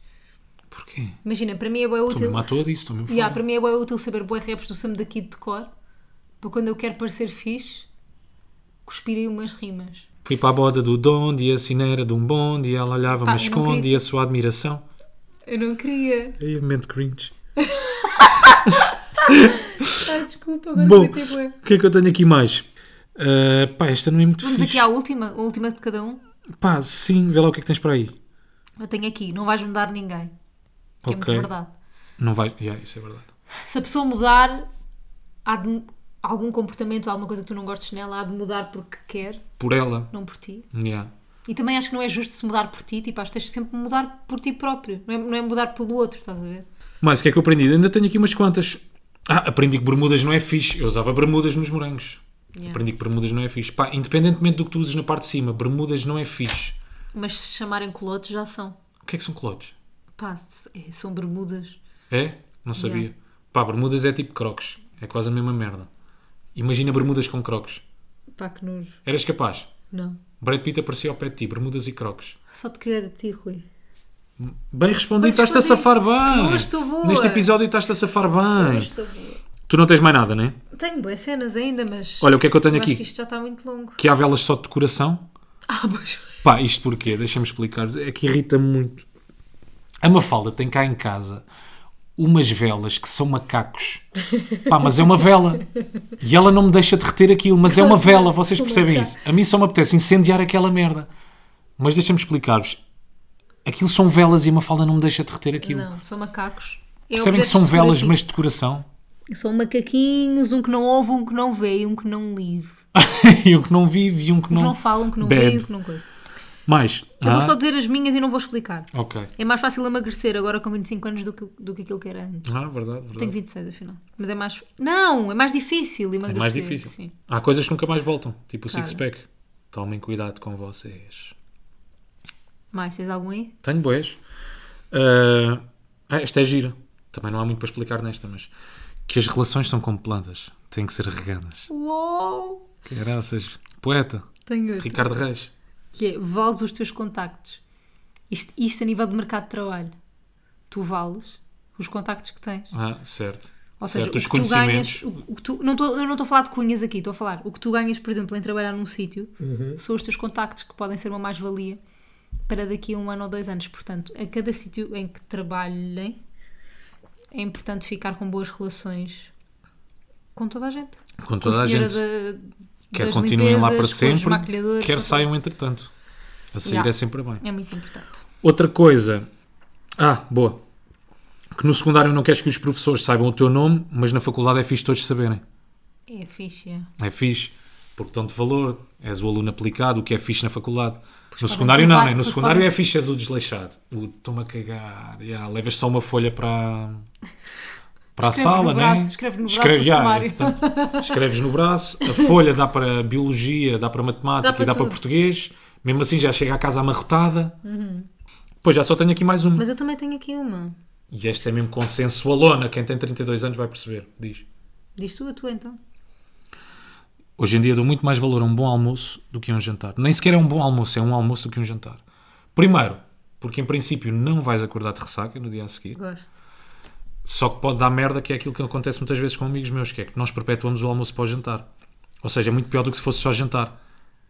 [SPEAKER 2] Porquê?
[SPEAKER 1] Imagina, para mim é bem
[SPEAKER 2] Estou
[SPEAKER 1] útil.
[SPEAKER 2] mesmo à toa disso, estou mesmo
[SPEAKER 1] Yeah,
[SPEAKER 2] fora.
[SPEAKER 1] para mim é bem útil saber bué raps do Sam daqui de cor, para quando eu quero parecer fixe, cuspirei umas rimas.
[SPEAKER 2] Fui para a boda do Donde e a Cinera de um bonde e ela olhava-me
[SPEAKER 1] Pá,
[SPEAKER 2] a
[SPEAKER 1] eu não
[SPEAKER 2] esconde e a sua admiração.
[SPEAKER 1] Eu não queria.
[SPEAKER 2] Aí é momento cringe.
[SPEAKER 1] Ah, desculpa, agora tipo
[SPEAKER 2] Bom,
[SPEAKER 1] não tem bué.
[SPEAKER 2] o que é que eu tenho aqui mais? Ah, pá, esta não é muito
[SPEAKER 1] Vamos
[SPEAKER 2] fixe.
[SPEAKER 1] aqui à última, a última de cada um.
[SPEAKER 2] Pá, sim, vê lá o que é que tens para aí.
[SPEAKER 1] Eu tenho aqui, não vais mudar ninguém. Que é muito
[SPEAKER 2] Ok.
[SPEAKER 1] verdade.
[SPEAKER 2] Não vai. Yeah, isso é verdade.
[SPEAKER 1] Se a pessoa mudar há de- algum comportamento, alguma coisa que tu não gostes nela, há de mudar porque quer,
[SPEAKER 2] Por ela.
[SPEAKER 1] não por ti.
[SPEAKER 2] Yeah.
[SPEAKER 1] E também acho que não é justo se mudar por ti, tipo, acho que tens de sempre mudar por ti próprio. Não é, não é mudar pelo outro, estás a ver?
[SPEAKER 2] Mais, o que é que eu aprendi? Ainda tenho aqui umas quantas. Ah, aprendi que bermudas não é fixe. Eu usava bermudas nos morangos.
[SPEAKER 1] Yeah.
[SPEAKER 2] Aprendi que bermudas não é fixe. Pá, independentemente do que tu uses na parte de cima, bermudas não é fixe.
[SPEAKER 1] Mas se chamarem colotes, já são.
[SPEAKER 2] O que é que são clotes?
[SPEAKER 1] Pá, se- é, são bermudas.
[SPEAKER 2] É? Não sabia. Pá, bermudas é tipo crocs. É quase a mesma merda. Imagina bermudas com crocs.
[SPEAKER 1] Pá, que nojo.
[SPEAKER 2] Eras capaz?
[SPEAKER 1] Não.
[SPEAKER 2] Brad Pitt aparecia ao pé de ti, bermudas e crocs.
[SPEAKER 1] Só te querer a ti, Rui.
[SPEAKER 2] Bem respondido,
[SPEAKER 1] Bem
[SPEAKER 2] estás-te a
[SPEAKER 1] respondido.
[SPEAKER 2] safar
[SPEAKER 1] é. Que
[SPEAKER 2] bem.
[SPEAKER 1] nojo, estou boa.
[SPEAKER 2] Neste episódio estás-te a safar
[SPEAKER 1] Eu
[SPEAKER 2] bem.
[SPEAKER 1] estou é boa.
[SPEAKER 2] Tu não tens mais nada, né?
[SPEAKER 1] Tenho boas cenas ainda, mas.
[SPEAKER 2] Olha, o que é que eu tenho
[SPEAKER 1] eu acho
[SPEAKER 2] aqui?
[SPEAKER 1] que isto já está muito longo.
[SPEAKER 2] Que há velas só de decoração.
[SPEAKER 1] Ah, pois.
[SPEAKER 2] Pá, isto porquê? Deixa-me explicar. É que irrita-me muito. A Mafalda tem cá em casa umas velas que são macacos. Pá, mas é uma vela. E ela não me deixa derreter aquilo, mas é uma vela, vocês
[SPEAKER 1] São
[SPEAKER 2] percebem
[SPEAKER 1] macacos.
[SPEAKER 2] isso? A mim só me apetece incendiar aquela merda. Mas deixa-me explicar-vos. Aquilo são velas e a Mafalda não me deixa derreter aquilo.
[SPEAKER 1] Não, são macacos. É
[SPEAKER 2] Percebem um que
[SPEAKER 1] objetos
[SPEAKER 2] são velas,
[SPEAKER 1] decorativos.
[SPEAKER 2] mas de decoração?
[SPEAKER 1] São macaquinhos, um que não ouve, um que não vê, e um que não live.
[SPEAKER 2] e um que não vive e um que
[SPEAKER 1] Um
[SPEAKER 2] não.
[SPEAKER 1] que não fala, um que não vê,
[SPEAKER 2] bebe.
[SPEAKER 1] um que não coisa.
[SPEAKER 2] Mais.
[SPEAKER 1] Eu
[SPEAKER 2] Ah,
[SPEAKER 1] vou só dizer as minhas e não vou explicar.
[SPEAKER 2] Ok.
[SPEAKER 1] É mais fácil emagrecer agora com 25 anos do que, do que aquilo que era antes.
[SPEAKER 2] Ah, verdade, verdade.
[SPEAKER 1] Tenho 26, afinal. Mas é mais. Não, é mais difícil
[SPEAKER 2] É
[SPEAKER 1] emagrecer.
[SPEAKER 2] mais difícil.
[SPEAKER 1] Sim.
[SPEAKER 2] Há coisas que nunca mais voltam, tipo o
[SPEAKER 1] Claro.
[SPEAKER 2] six-pack. Tomem cuidado com vocês.
[SPEAKER 1] Mais, tens algum aí?
[SPEAKER 2] Tenho boés. Ah, ah, esta é gira. Também não há muito para explicar nesta, mas... Que as relações são como plantas. Têm que ser regadas.
[SPEAKER 1] Uou!
[SPEAKER 2] Graças. Poeta.
[SPEAKER 1] Tenho outro.
[SPEAKER 2] Ricardo Reis.
[SPEAKER 1] Que é, vales os teus contactos. Isto, isto a nível de mercado de trabalho. Tu vales os contactos que tens.
[SPEAKER 2] Ah, certo.
[SPEAKER 1] Ou seja,
[SPEAKER 2] Certo,
[SPEAKER 1] o
[SPEAKER 2] os
[SPEAKER 1] que tu ganhas.
[SPEAKER 2] conhecimentos.
[SPEAKER 1] o- o que tu- não estou- eu não estou a falar de cunhas aqui, estou a falar. O que tu ganhas, por exemplo, em trabalhar num sítio
[SPEAKER 2] Uhum.
[SPEAKER 1] são os teus contactos que podem ser uma mais-valia para daqui a um ano ou dois anos. Portanto, a cada sítio em que trabalhem é importante ficar com boas relações com toda a gente.
[SPEAKER 2] Com
[SPEAKER 1] Com
[SPEAKER 2] toda a
[SPEAKER 1] senhora
[SPEAKER 2] gente.
[SPEAKER 1] da-
[SPEAKER 2] Quer
[SPEAKER 1] das
[SPEAKER 2] continuem lá para
[SPEAKER 1] limpezas, com os
[SPEAKER 2] sempre,
[SPEAKER 1] maquilhadores,
[SPEAKER 2] quer
[SPEAKER 1] com-
[SPEAKER 2] saiam entretanto. A sair
[SPEAKER 1] Yeah.
[SPEAKER 2] é sempre bem.
[SPEAKER 1] É muito importante.
[SPEAKER 2] Outra coisa. Ah, boa. Que no secundário não queres que os professores saibam o teu nome, mas na faculdade é fixe todos saberem.
[SPEAKER 1] É fixe. é.
[SPEAKER 2] É fixe, porque dão-te valor, és o aluno aplicado, o que é fixe na faculdade. no
[SPEAKER 1] podem
[SPEAKER 2] secundário não,
[SPEAKER 1] levar-
[SPEAKER 2] né? no
[SPEAKER 1] pois
[SPEAKER 2] secundário
[SPEAKER 1] podem-
[SPEAKER 2] é fixe, és o desleixado. O toma a cagar, yeah, levas só uma folha para, para a
[SPEAKER 1] Escreves
[SPEAKER 2] sala,
[SPEAKER 1] no
[SPEAKER 2] né?
[SPEAKER 1] braço, escreve no braço o sumário.
[SPEAKER 2] portanto, escreves no braço, a folha dá para biologia, dá para matemática
[SPEAKER 1] Dá para
[SPEAKER 2] e dá para
[SPEAKER 1] tudo.
[SPEAKER 2] português. Mesmo assim já chega à casa amarrotada.
[SPEAKER 1] Uhum.
[SPEAKER 2] Pois já só tenho aqui mais uma.
[SPEAKER 1] Mas eu também tenho aqui uma.
[SPEAKER 2] E esta é mesmo consensualona, quem tem 32 anos vai perceber, diz.
[SPEAKER 1] Diz tu a tua então.
[SPEAKER 2] Hoje em dia dou muito mais valor a um bom almoço do que a um jantar. Nem sequer é um bom almoço, é um almoço do que um jantar. Primeiro, porque em princípio não vais acordar de ressaca no dia a seguir.
[SPEAKER 1] Gosto.
[SPEAKER 2] Só que pode dar merda, que é aquilo que acontece muitas vezes com amigos meus, que é que nós perpetuamos o almoço para o jantar. Ou seja, é muito pior do que se fosse só jantar,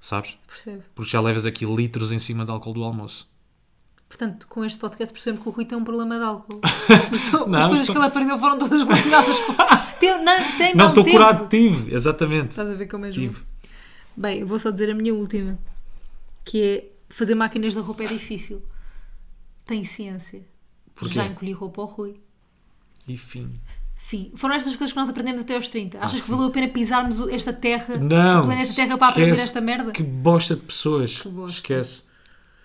[SPEAKER 2] sabes?
[SPEAKER 1] Percebo.
[SPEAKER 2] Porque já levas aqui litros em cima de álcool do almoço.
[SPEAKER 1] Portanto, com este podcast percebemos que o Rui tem um problema de álcool. Só-
[SPEAKER 2] Não,
[SPEAKER 1] as coisas
[SPEAKER 2] só-
[SPEAKER 1] que ele aprendeu foram todas relacionadas com. Tem, não, tem,
[SPEAKER 2] Não,
[SPEAKER 1] não,
[SPEAKER 2] estou
[SPEAKER 1] teve.
[SPEAKER 2] curado, tive, exatamente.
[SPEAKER 1] Estás a ver como é
[SPEAKER 2] Tive.
[SPEAKER 1] mesmo. Bem, eu vou só dizer a minha última, que é fazer máquinas da roupa é difícil. Tem ciência.
[SPEAKER 2] Porquê?
[SPEAKER 1] Já encolhi roupa ao Rui.
[SPEAKER 2] Enfim.
[SPEAKER 1] Fim. Foram estas coisas que nós aprendemos até aos 30. Achas que
[SPEAKER 2] Ah, sim.
[SPEAKER 1] valeu a pena pisarmos o- esta terra,
[SPEAKER 2] Não.
[SPEAKER 1] o planeta Terra, para aprender
[SPEAKER 2] esquece.
[SPEAKER 1] esta merda?
[SPEAKER 2] Que bosta de pessoas.
[SPEAKER 1] bosta.
[SPEAKER 2] Esquece.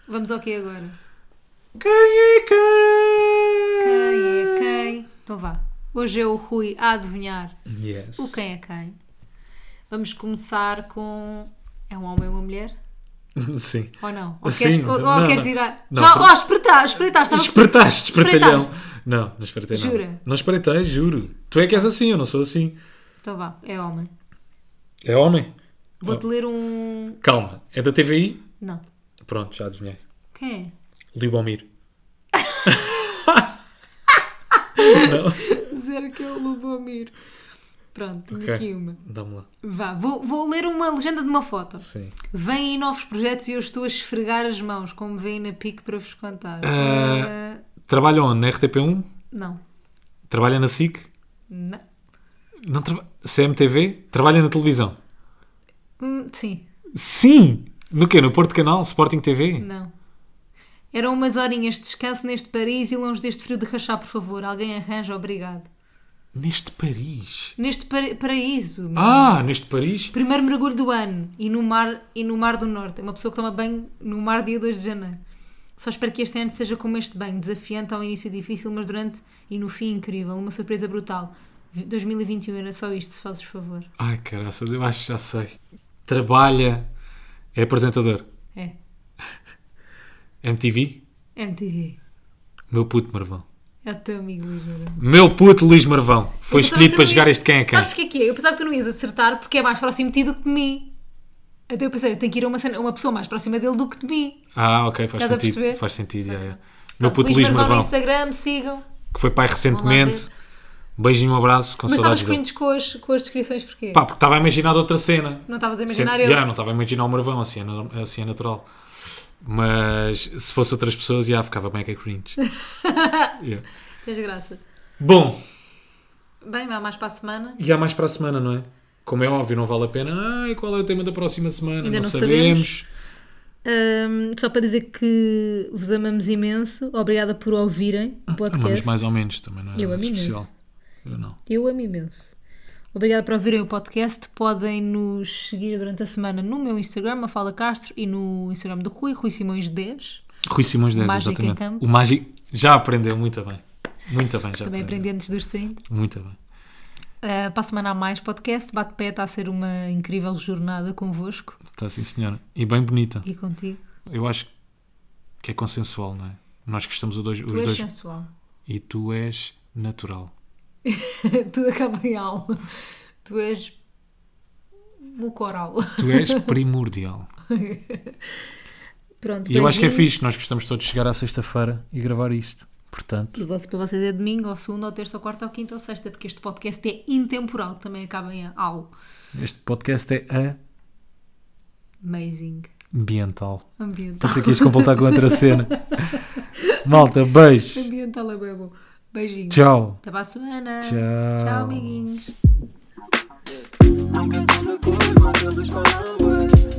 [SPEAKER 1] Vamos ao que agora?
[SPEAKER 2] Quem é quem?
[SPEAKER 1] Quem é quem? Então vá. Hoje é o Rui a adivinhar
[SPEAKER 2] Yes.
[SPEAKER 1] o quem é quem. Vamos começar com. É um homem ou uma mulher?
[SPEAKER 2] Sim.
[SPEAKER 1] Ou não? Ou
[SPEAKER 2] Sim,
[SPEAKER 1] queres, ou, ou
[SPEAKER 2] não,
[SPEAKER 1] queres
[SPEAKER 2] não.
[SPEAKER 1] ir a.
[SPEAKER 2] Não,
[SPEAKER 1] Já,
[SPEAKER 2] per-
[SPEAKER 1] oh, espreitar, espreitar, estava.
[SPEAKER 2] Espreitaste, espretalhão.
[SPEAKER 1] Espreitaste.
[SPEAKER 2] Não, não espreitei não.
[SPEAKER 1] Jura?
[SPEAKER 2] Não espreitei, juro. Tu é que és assim, eu não sou assim.
[SPEAKER 1] Então vá, é homem.
[SPEAKER 2] É homem?
[SPEAKER 1] Vou-te ler um.
[SPEAKER 2] Calma. É da TVI?
[SPEAKER 1] Não.
[SPEAKER 2] Pronto, já adivinhei.
[SPEAKER 1] Quem é?
[SPEAKER 2] Libomir.
[SPEAKER 1] Zero que é o Lubomir. Pronto, tenho
[SPEAKER 2] Ok.
[SPEAKER 1] aqui uma.
[SPEAKER 2] Dá-me lá.
[SPEAKER 1] Vá, vou, vou ler uma legenda de uma foto.
[SPEAKER 2] Sim.
[SPEAKER 1] Vêm aí novos projetos e eu estou a esfregar as mãos, como vêm na PIC para vos contar. Ah,
[SPEAKER 2] Ah. Trabalha onde? Na RTP1?
[SPEAKER 1] não.
[SPEAKER 2] Trabalha na SIC?
[SPEAKER 1] Não.
[SPEAKER 2] Não traba- CMTV? Trabalha na televisão?
[SPEAKER 1] Hum, Sim,
[SPEAKER 2] Sim! No quê? No Porto Canal? Sporting TV?
[SPEAKER 1] não. Eram umas horinhas de descanso neste Paris e longe deste frio de rachar, por favor. Alguém arranja, obrigado.
[SPEAKER 2] Neste Paris?
[SPEAKER 1] Neste para- paraíso. meu.
[SPEAKER 2] Ah, neste Paris?
[SPEAKER 1] Primeiro mergulho do ano e no, mar, e no Mar do Norte. É uma pessoa que toma banho no mar dia 2 de janeiro. Só espero que este ano seja como este banho, desafiante ao início difícil, mas durante e no fim incrível. Uma surpresa brutal. Vi- 2021 era só isto, se fazes favor.
[SPEAKER 2] Ai, caraças, eu acho que já sei. Trabalha. É apresentador.
[SPEAKER 1] É.
[SPEAKER 2] MTV?
[SPEAKER 1] MTV.
[SPEAKER 2] Meu puto Marvão.
[SPEAKER 1] É o teu amigo, Luís Moura.
[SPEAKER 2] Meu puto Luís Marvão. Foi
[SPEAKER 1] Eu pensava que
[SPEAKER 2] escolhido
[SPEAKER 1] tu
[SPEAKER 2] para
[SPEAKER 1] não
[SPEAKER 2] jogar
[SPEAKER 1] ias-
[SPEAKER 2] este quem é quem.
[SPEAKER 1] Sabes porquê que é? Eu pensava que tu não ias acertar porque é mais próximo de ti do que de mim. Então eu pensei, eu tenho que ir a uma, cena- a uma pessoa mais próxima dele do que de mim.
[SPEAKER 2] Ah, ok, faz
[SPEAKER 1] Estás a
[SPEAKER 2] sentido.
[SPEAKER 1] perceber? Ah,
[SPEAKER 2] Faz sentido, já, já. Meu
[SPEAKER 1] Pronto,
[SPEAKER 2] puto Luís, Marvão,
[SPEAKER 1] no Instagram, sigam.
[SPEAKER 2] que foi pai recentemente. Beijinho, um abraço, com
[SPEAKER 1] Mas estavas
[SPEAKER 2] saudades dele.
[SPEAKER 1] cringe com as, com as descrições porquê?
[SPEAKER 2] Pá, porque estava a imaginar outra cena.
[SPEAKER 1] Não estavas a
[SPEAKER 2] Cena-
[SPEAKER 1] imaginar
[SPEAKER 2] Já,
[SPEAKER 1] ele.
[SPEAKER 2] não estava a imaginar o Marvão, assim é, nor- assim é natural. Mas se fosse outras pessoas, já ficava mega cringe. Yeah.
[SPEAKER 1] Tens graça.
[SPEAKER 2] Bom,
[SPEAKER 1] Bem, vá mais para a semana.
[SPEAKER 2] e há mais para a semana, não é? Como é óbvio, não vale a pena. Ai, qual é o tema da próxima semana?
[SPEAKER 1] Ainda
[SPEAKER 2] não
[SPEAKER 1] não
[SPEAKER 2] sabemos.
[SPEAKER 1] Ahm, só para dizer que vos amamos imenso. Obrigada por ouvirem o
[SPEAKER 2] Ah, Amamos
[SPEAKER 1] podcast.
[SPEAKER 2] mais ou menos também, não é?
[SPEAKER 1] Eu
[SPEAKER 2] nada
[SPEAKER 1] amo imenso.
[SPEAKER 2] especial. Eu não.
[SPEAKER 1] Eu amo imenso. Obrigada por ouvirem o podcast. Podem nos seguir durante a semana no meu Instagram, Mafala Castro, e no Instagram do Rui, Rui Simões 10.
[SPEAKER 2] Rui Simões 10,
[SPEAKER 1] Mágico em
[SPEAKER 2] exatamente.
[SPEAKER 1] campo.
[SPEAKER 2] O Mágico já aprendeu muito bem. Muito bem, já
[SPEAKER 1] Também aprendi
[SPEAKER 2] aprendeu.
[SPEAKER 1] antes dos 30.
[SPEAKER 2] Muito bem.
[SPEAKER 1] Ah, para a semana há mais podcast. Bate pé, está a ser uma incrível jornada convosco
[SPEAKER 2] Está Tá sim, senhora. E bem bonita.
[SPEAKER 1] e contigo.
[SPEAKER 2] Eu acho que é consensual, não é? Nós gostamos os dois. Os
[SPEAKER 1] Tu és
[SPEAKER 2] dois.
[SPEAKER 1] sensual.
[SPEAKER 2] E tu és natural.
[SPEAKER 1] Tudo acaba em aula. Tu és mucoral.
[SPEAKER 2] Tu és primordial.
[SPEAKER 1] Pronto,
[SPEAKER 2] e eu acho que é
[SPEAKER 1] beijinhos.
[SPEAKER 2] fixe. Nós gostamos todos de chegar à sexta-feira e gravar isto.
[SPEAKER 1] E
[SPEAKER 2] Portanto,
[SPEAKER 1] você, para vocês é domingo, ou segunda, ou terça, ou quarta, ou quinta, ou sexta, porque este podcast é intemporal, também acaba em ao.
[SPEAKER 2] este podcast é
[SPEAKER 1] Amazing.
[SPEAKER 2] ambiental.
[SPEAKER 1] Ambiental.
[SPEAKER 2] Pensei que ias completar com outra cena. Malta, beijo.
[SPEAKER 1] Ambiental é bem bom. Beijinhos.
[SPEAKER 2] Tchau.
[SPEAKER 1] Até para a semana.
[SPEAKER 2] Tchau.
[SPEAKER 1] Tchau amiguinhos.
[SPEAKER 3] I'm good on the good, my girl is fine with